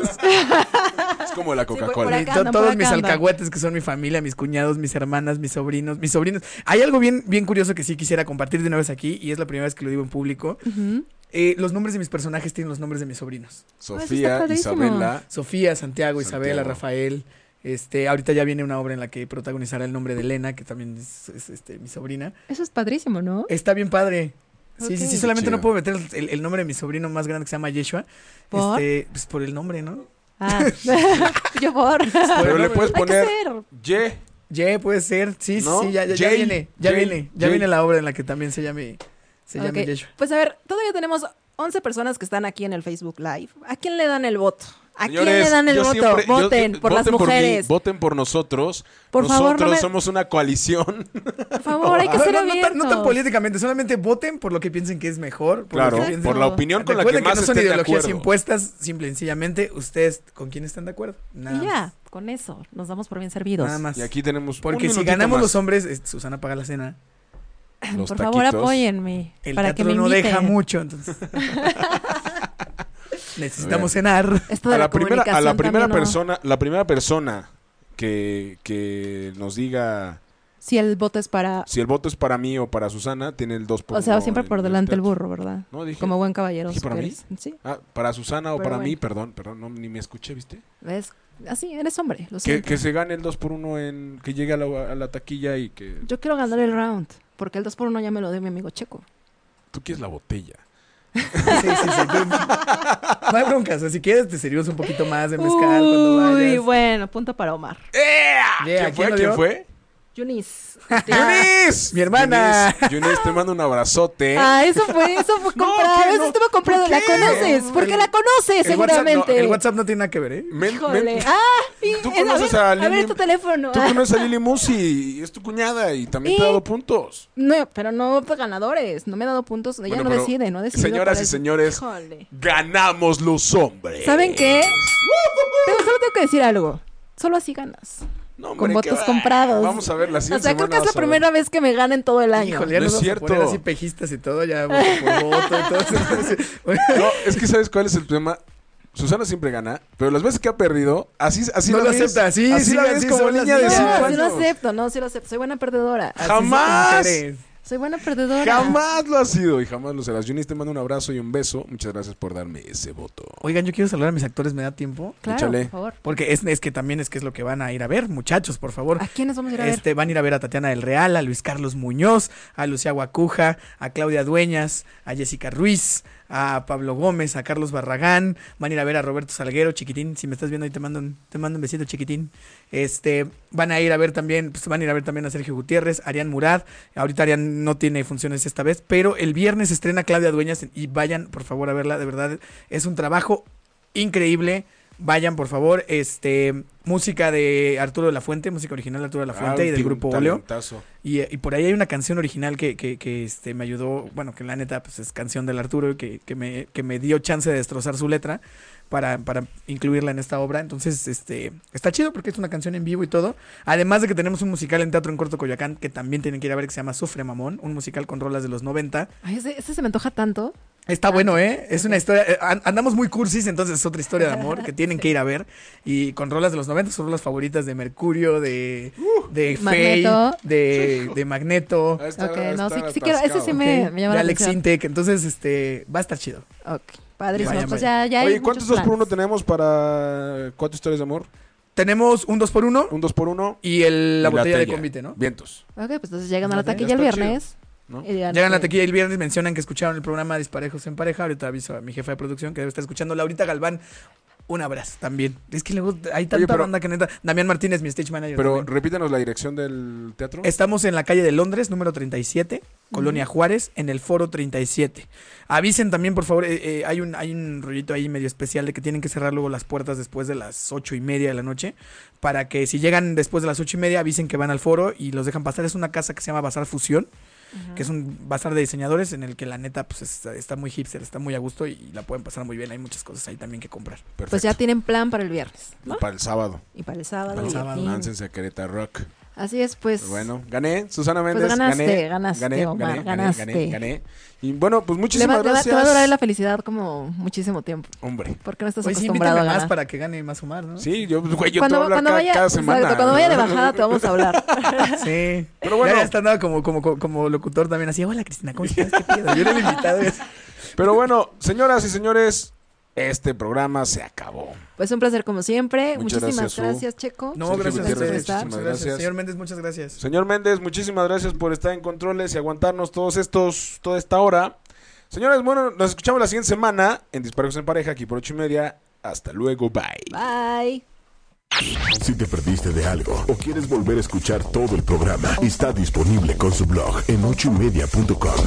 Speaker 2: Es como la
Speaker 3: por-
Speaker 2: Coca-Cola.
Speaker 3: por acá.
Speaker 5: To-
Speaker 3: andan,
Speaker 5: todos
Speaker 3: acá
Speaker 5: mis
Speaker 3: andan.
Speaker 5: alcahuetes que son mi familia, mis cuñados, mis hermanas, mis sobrinos, mis sobrinos. Hay algo bien, bien curioso que sí quisiera compartir de una vez aquí, y es la primera vez que lo digo en público.
Speaker 3: Ujú.
Speaker 5: Eh, los nombres de mis personajes tienen los nombres de mis sobrinos.
Speaker 2: Sofía,
Speaker 3: Pues está padrísimo.
Speaker 2: Isabela.
Speaker 5: Sofía, Santiago, Isabela,
Speaker 2: Santiago.
Speaker 5: Rafael. Este, ahorita ya viene una obra en la que protagonizará el nombre de Elena, que también es, es, este, mi sobrina.
Speaker 3: Eso es padrísimo, ¿no?
Speaker 5: Está bien padre. Sí, sí,
Speaker 3: Ok.
Speaker 5: sí, solamente
Speaker 2: Chido.
Speaker 5: no puedo meter el, el nombre de mi sobrino más grande que se llama Yeshua.
Speaker 3: ¿Por?
Speaker 5: Este, pues por el nombre, ¿no?
Speaker 3: Ah. yo por. Hay
Speaker 2: Pero le
Speaker 5: Bueno,
Speaker 2: puedes
Speaker 3: que
Speaker 2: poner
Speaker 3: ser.
Speaker 2: Ye.
Speaker 5: Ye, puede ser. Sí,
Speaker 2: ¿No?
Speaker 5: sí, ya, ya, ya
Speaker 2: Jay,
Speaker 5: viene. Ya
Speaker 2: Jay,
Speaker 5: viene. Ya
Speaker 2: Jay.
Speaker 5: viene la obra en la que también se llame, se llame
Speaker 3: Ok.
Speaker 5: Yeshua.
Speaker 3: Pues a ver, todavía tenemos 11 personas que están aquí en el Facebook Live. ¿A quién le dan el voto? ¿A quién
Speaker 2: Señores,
Speaker 3: le dan el
Speaker 2: yo
Speaker 3: voto?
Speaker 2: siempre- yo-
Speaker 3: voten
Speaker 2: yo-
Speaker 3: por las
Speaker 2: voten mí,
Speaker 3: mujeres. Por,
Speaker 2: voten por nosotros.
Speaker 3: Por
Speaker 2: nosotros
Speaker 3: favor, no me-
Speaker 2: somos una coalición.
Speaker 3: favor, hay que
Speaker 5: No,
Speaker 3: ser
Speaker 5: no, no
Speaker 3: abiertos.
Speaker 5: tan, no tan políticamente, solamente voten por lo que piensen que es mejor. Por
Speaker 2: Claro,
Speaker 5: lo que piensen-
Speaker 2: por la opinión con la que
Speaker 5: Recuerden
Speaker 2: más
Speaker 5: no son
Speaker 2: estén de
Speaker 5: ideologías
Speaker 2: acuerdo.
Speaker 5: impuestas, simple y sencillamente ustedes con quién están de acuerdo. Nada,
Speaker 3: Y
Speaker 5: más.
Speaker 3: ya, con eso, nos damos por bien servidos.
Speaker 5: Nada más.
Speaker 2: Y aquí tenemos
Speaker 5: Porque
Speaker 2: un
Speaker 5: si
Speaker 2: minutito
Speaker 5: ganamos
Speaker 2: más.
Speaker 5: los hombres, es- Susana paga la cena.
Speaker 2: Los
Speaker 3: por favor,
Speaker 2: taquitos.
Speaker 3: apóyenme.
Speaker 5: El
Speaker 3: para que
Speaker 5: teatro
Speaker 3: me
Speaker 5: no deja
Speaker 3: inviten.
Speaker 5: mucho, entonces. Necesitamos cenar.
Speaker 3: Esto de
Speaker 2: A la primera, a la
Speaker 3: comunicación
Speaker 2: primera
Speaker 3: también no-
Speaker 2: persona, la primera persona que, que nos diga
Speaker 3: Si el voto es para.
Speaker 2: si el voto es para mí o para Susana, tiene el 2 por
Speaker 3: O sea,
Speaker 2: uno
Speaker 3: siempre
Speaker 2: en
Speaker 3: por delante el
Speaker 2: teatro.
Speaker 3: burro, ¿verdad?
Speaker 2: No, dije-
Speaker 3: Como buen caballero.
Speaker 2: ¿Dije para
Speaker 3: que
Speaker 2: mí?
Speaker 3: eres. Sí.
Speaker 2: Ah, para Susana o
Speaker 3: Pero
Speaker 2: para mí,
Speaker 3: bueno.
Speaker 2: perdón, perdón, no, ni me escuché, ¿viste?
Speaker 3: ¿Ves? Así, eres hombre. Lo
Speaker 2: Que,
Speaker 3: siento.
Speaker 2: que se gane el 2 por 1 en que llegue a la, a la taquilla y que
Speaker 3: Yo quiero ganar el round. Porque el 2 por 1 ya me lo dio mi amigo Checo.
Speaker 2: tú quieres la botella.
Speaker 5: Sí, sí, sí. tú- No hay broncas. O sea, si quieres, te servimos un poquito más de mezcal cuando
Speaker 3: Uy,
Speaker 5: vayas.
Speaker 3: bueno, punto para Omar.
Speaker 5: Yeah,
Speaker 2: ¿Quién fue?
Speaker 5: lo
Speaker 2: ¿Quién
Speaker 5: dio?
Speaker 2: fue?
Speaker 3: Yunis.
Speaker 2: ¡Yunis!
Speaker 5: Mi hermana.
Speaker 2: Yunis, Yunis, te mando un abrazote.
Speaker 3: Ah, eso fue, eso fue
Speaker 2: No,
Speaker 3: comprado,
Speaker 2: ¿qué
Speaker 3: eso
Speaker 2: no?
Speaker 3: estuvo comprado,
Speaker 2: ¿Por
Speaker 3: la
Speaker 2: qué?
Speaker 3: conoces, porque la conoces
Speaker 5: El WhatsApp, no,
Speaker 3: seguramente.
Speaker 5: el WhatsApp no tiene nada que ver, ¿eh?
Speaker 2: Men-
Speaker 3: Híjole.
Speaker 2: men-
Speaker 3: Ah, y-
Speaker 2: ¿Tú
Speaker 3: es-
Speaker 2: conoces
Speaker 3: a, ver,
Speaker 2: a
Speaker 3: a ver
Speaker 2: Lili?
Speaker 3: tu teléfono.
Speaker 2: Tú conoces a Lili Musi, es tu cuñada y también te ha dado puntos.
Speaker 3: No, pero no pues, ganadores, no me ha dado puntos, ella
Speaker 2: Bueno,
Speaker 3: no
Speaker 2: pero,
Speaker 3: decide, no decide.
Speaker 2: señoras y señores, eh. ¡Ganamos los hombres!
Speaker 3: ¿Saben qué? Pero solo tengo que decir algo. Solo así ganas.
Speaker 2: No, hombre,
Speaker 3: Con
Speaker 2: qué
Speaker 3: votos
Speaker 2: va-
Speaker 3: comprados.
Speaker 2: Vamos a ver la
Speaker 3: O
Speaker 2: siguiente
Speaker 3: sea, creo que es la
Speaker 2: semana vas a ver.
Speaker 3: primera vez que me ganan todo el año.
Speaker 5: Híjole, ya
Speaker 2: No
Speaker 5: nos
Speaker 2: es
Speaker 5: vamos a poner
Speaker 2: cierto.
Speaker 5: así pejistas y todo, ya voto por voto y todo eso.
Speaker 2: No, es que ¿sabes cuál es el tema? Susana siempre gana, pero las veces que ha perdido, así, así
Speaker 5: No
Speaker 2: la
Speaker 5: lo
Speaker 2: ves.
Speaker 5: acepta, sí,
Speaker 2: así
Speaker 5: sí,
Speaker 2: la ves
Speaker 5: así
Speaker 2: como
Speaker 5: son las
Speaker 2: niña de
Speaker 3: no,
Speaker 5: niñas.
Speaker 2: cinco
Speaker 5: decir
Speaker 3: sí lo
Speaker 2: años.
Speaker 3: acepto, no, sí lo acepto. Soy buena perdedora.
Speaker 2: ¡Jamás!
Speaker 3: Soy buena perdedora.
Speaker 2: Jamás lo ha sido y jamás lo serás. Yunis, te mando un abrazo y un beso. Muchas gracias por darme ese voto.
Speaker 5: Oigan, yo quiero saludar a mis actores, ¿me da tiempo?
Speaker 3: Claro,
Speaker 2: Échale.
Speaker 3: por favor.
Speaker 5: Porque es, es que también es que es lo que van a ir a ver, muchachos, por favor.
Speaker 3: ¿A quiénes vamos Ah, a ir a ver?
Speaker 5: Este, van a ir a ver a Tatiana del Real, a Luis Carlos Muñoz, a Lucía Guacuja, a Claudia Dueñas, a Jessica Ruiz, a Pablo Gómez, a Carlos Barragán, van a ir a ver a Roberto Salguero, chiquitín, si me estás viendo ahí te mando un, te mando un besito, chiquitín. Este, van a ir a ver también, pues, van a ir a ver también a Sergio Gutiérrez, a Arián Murad, ahorita Arián no tiene funciones esta vez, pero el viernes estrena Claudia Dueñas y vayan por favor a verla, de verdad, es un trabajo increíble. Vayan, por favor. Este, música de Arturo de la Fuente, música original de Arturo
Speaker 2: Ah,
Speaker 5: de la Fuente y del grupo Oleo. Y, y por ahí hay una canción original que, que, que, este, me ayudó, bueno, que la neta pues, es canción del Arturo y que, que, me, que me dio chance de destrozar su letra para, para incluirla en esta obra. Entonces, este, está chido porque es una canción en vivo y todo. Además de que tenemos un musical en Teatro en Corto Coyoacán que también tienen que ir a ver que se llama Sufre Mamón, un musical con rolas de los 90.
Speaker 3: Ay, ese, ese se me antoja tanto. Ah,
Speaker 5: Está bueno, ¿eh? Es una historia. eh, an- Andamos muy cursis, entonces es otra historia de amor que tienen que ir a ver. Y con rolas de los 90, son rolas favoritas de Mercurio, de, de Faye,
Speaker 3: Uh, Magneto.
Speaker 5: de, de Magneto,
Speaker 3: Ok, no, sí, sí quiero, ese sí me, me llama
Speaker 5: de
Speaker 3: la
Speaker 5: Alex
Speaker 3: atención.
Speaker 5: Intec. Entonces, este, va a estar chido.
Speaker 3: Ok, padrísimo.
Speaker 5: Vayan,
Speaker 3: pues
Speaker 5: vayan.
Speaker 3: ya, ya hay
Speaker 2: Oye, ¿cuántos
Speaker 3: muchos
Speaker 2: dos por uno
Speaker 3: planes.
Speaker 2: tenemos para cuatro historias de amor?
Speaker 5: Tenemos un 2x1
Speaker 2: Un dos por uno.
Speaker 5: y el- la
Speaker 2: y
Speaker 5: botella de
Speaker 2: tella.
Speaker 5: convite, ¿no?
Speaker 2: Vientos.
Speaker 3: Ok, pues entonces llegan a la
Speaker 5: Ajá.
Speaker 3: taquilla el
Speaker 2: Está chido,
Speaker 3: viernes.
Speaker 2: ¿no?
Speaker 3: y dirán
Speaker 5: Llegan a la
Speaker 3: que-
Speaker 5: tequila el viernes, mencionan que escucharon el programa Disparejos en Pareja. Ahorita aviso a mi jefa de producción que debe estar escuchando. Laurita Galván, un abrazo también. Es que luego hay tanta
Speaker 2: pero-
Speaker 5: banda que neta. Damián Martínez, mi stage manager.
Speaker 2: Pero
Speaker 5: también.
Speaker 2: repítanos la dirección del teatro.
Speaker 5: Estamos en la calle de Londres, número 37, Colonia Juárez, en el foro 37. Avisen también, por favor, eh, eh, hay, un, hay un rollito ahí medio especial de que tienen que cerrar luego las puertas después de las ocho y media de la noche, para que si llegan después de las ocho y media avisen que van al foro y los dejan pasar. Es una casa que se llama Bazar Fusión, que es un bazar de diseñadores en el que la neta pues, está, está muy hipster, está muy a gusto y, la pueden pasar muy bien. Hay muchas cosas ahí también que comprar.
Speaker 2: Perfecto.
Speaker 3: Pues ya tienen plan para el viernes,
Speaker 2: Y
Speaker 3: ¿no?
Speaker 2: Para el sábado.
Speaker 3: Y para el sábado.
Speaker 5: Para el
Speaker 3: y-
Speaker 5: sábado.
Speaker 3: y-
Speaker 2: Láncense a Querétaro Rock.
Speaker 3: Así es, pues.
Speaker 2: Pero bueno, gané. Susana Méndez.
Speaker 3: ganaste,
Speaker 2: gané,
Speaker 3: ganaste,
Speaker 2: gané,
Speaker 3: Omar,
Speaker 2: gané, gané,
Speaker 3: ganaste.
Speaker 2: gané, gané. Y bueno, pues
Speaker 3: le va,
Speaker 2: muchísimas
Speaker 3: te va-
Speaker 2: gracias.
Speaker 3: te va a durar la felicidad como muchísimo tiempo.
Speaker 2: Hombre.
Speaker 3: Porque no estás
Speaker 5: Oye, sí,
Speaker 3: acostumbrado
Speaker 5: invítame
Speaker 3: a
Speaker 5: más
Speaker 3: ganar.
Speaker 5: para que gane más Omar, ¿no?
Speaker 2: Sí, yo, pues, güey, yo te
Speaker 3: cuando,
Speaker 2: voy a hablar
Speaker 3: cuando
Speaker 2: cada,
Speaker 3: vaya,
Speaker 2: cada
Speaker 3: exacto,
Speaker 2: semana.
Speaker 3: cuando vaya de bajada te vamos a hablar.
Speaker 5: Sí.
Speaker 2: Pero bueno.
Speaker 5: Ya está andando como, como, como, como locutor también así. Hola Cristina, ¿cómo estás? ¿Qué pedo?" Yo era el invitado. y así.
Speaker 2: Pero bueno, señoras y señores, este programa se acabó.
Speaker 3: Pues un placer como siempre.
Speaker 2: Muchas
Speaker 3: Muchísimas
Speaker 2: gracias, Su.
Speaker 3: gracias, Checo.
Speaker 5: No,
Speaker 2: Sergio
Speaker 5: gracias a
Speaker 3: Gutiérrez,
Speaker 5: ustedes.
Speaker 3: muchísimas
Speaker 5: Muchas
Speaker 2: gracias.
Speaker 5: gracias. Señor Méndez, muchas gracias.
Speaker 2: Señor Méndez, muchísimas gracias por estar en controles y aguantarnos todos estos, toda esta hora. Señores, bueno, nos escuchamos la siguiente semana en Disparejos en Pareja, aquí por ocho y media. Hasta luego, bye.
Speaker 3: Bye.
Speaker 8: Si te perdiste de algo o quieres volver a escuchar todo el programa, está disponible con su blog en ochoymedia.com.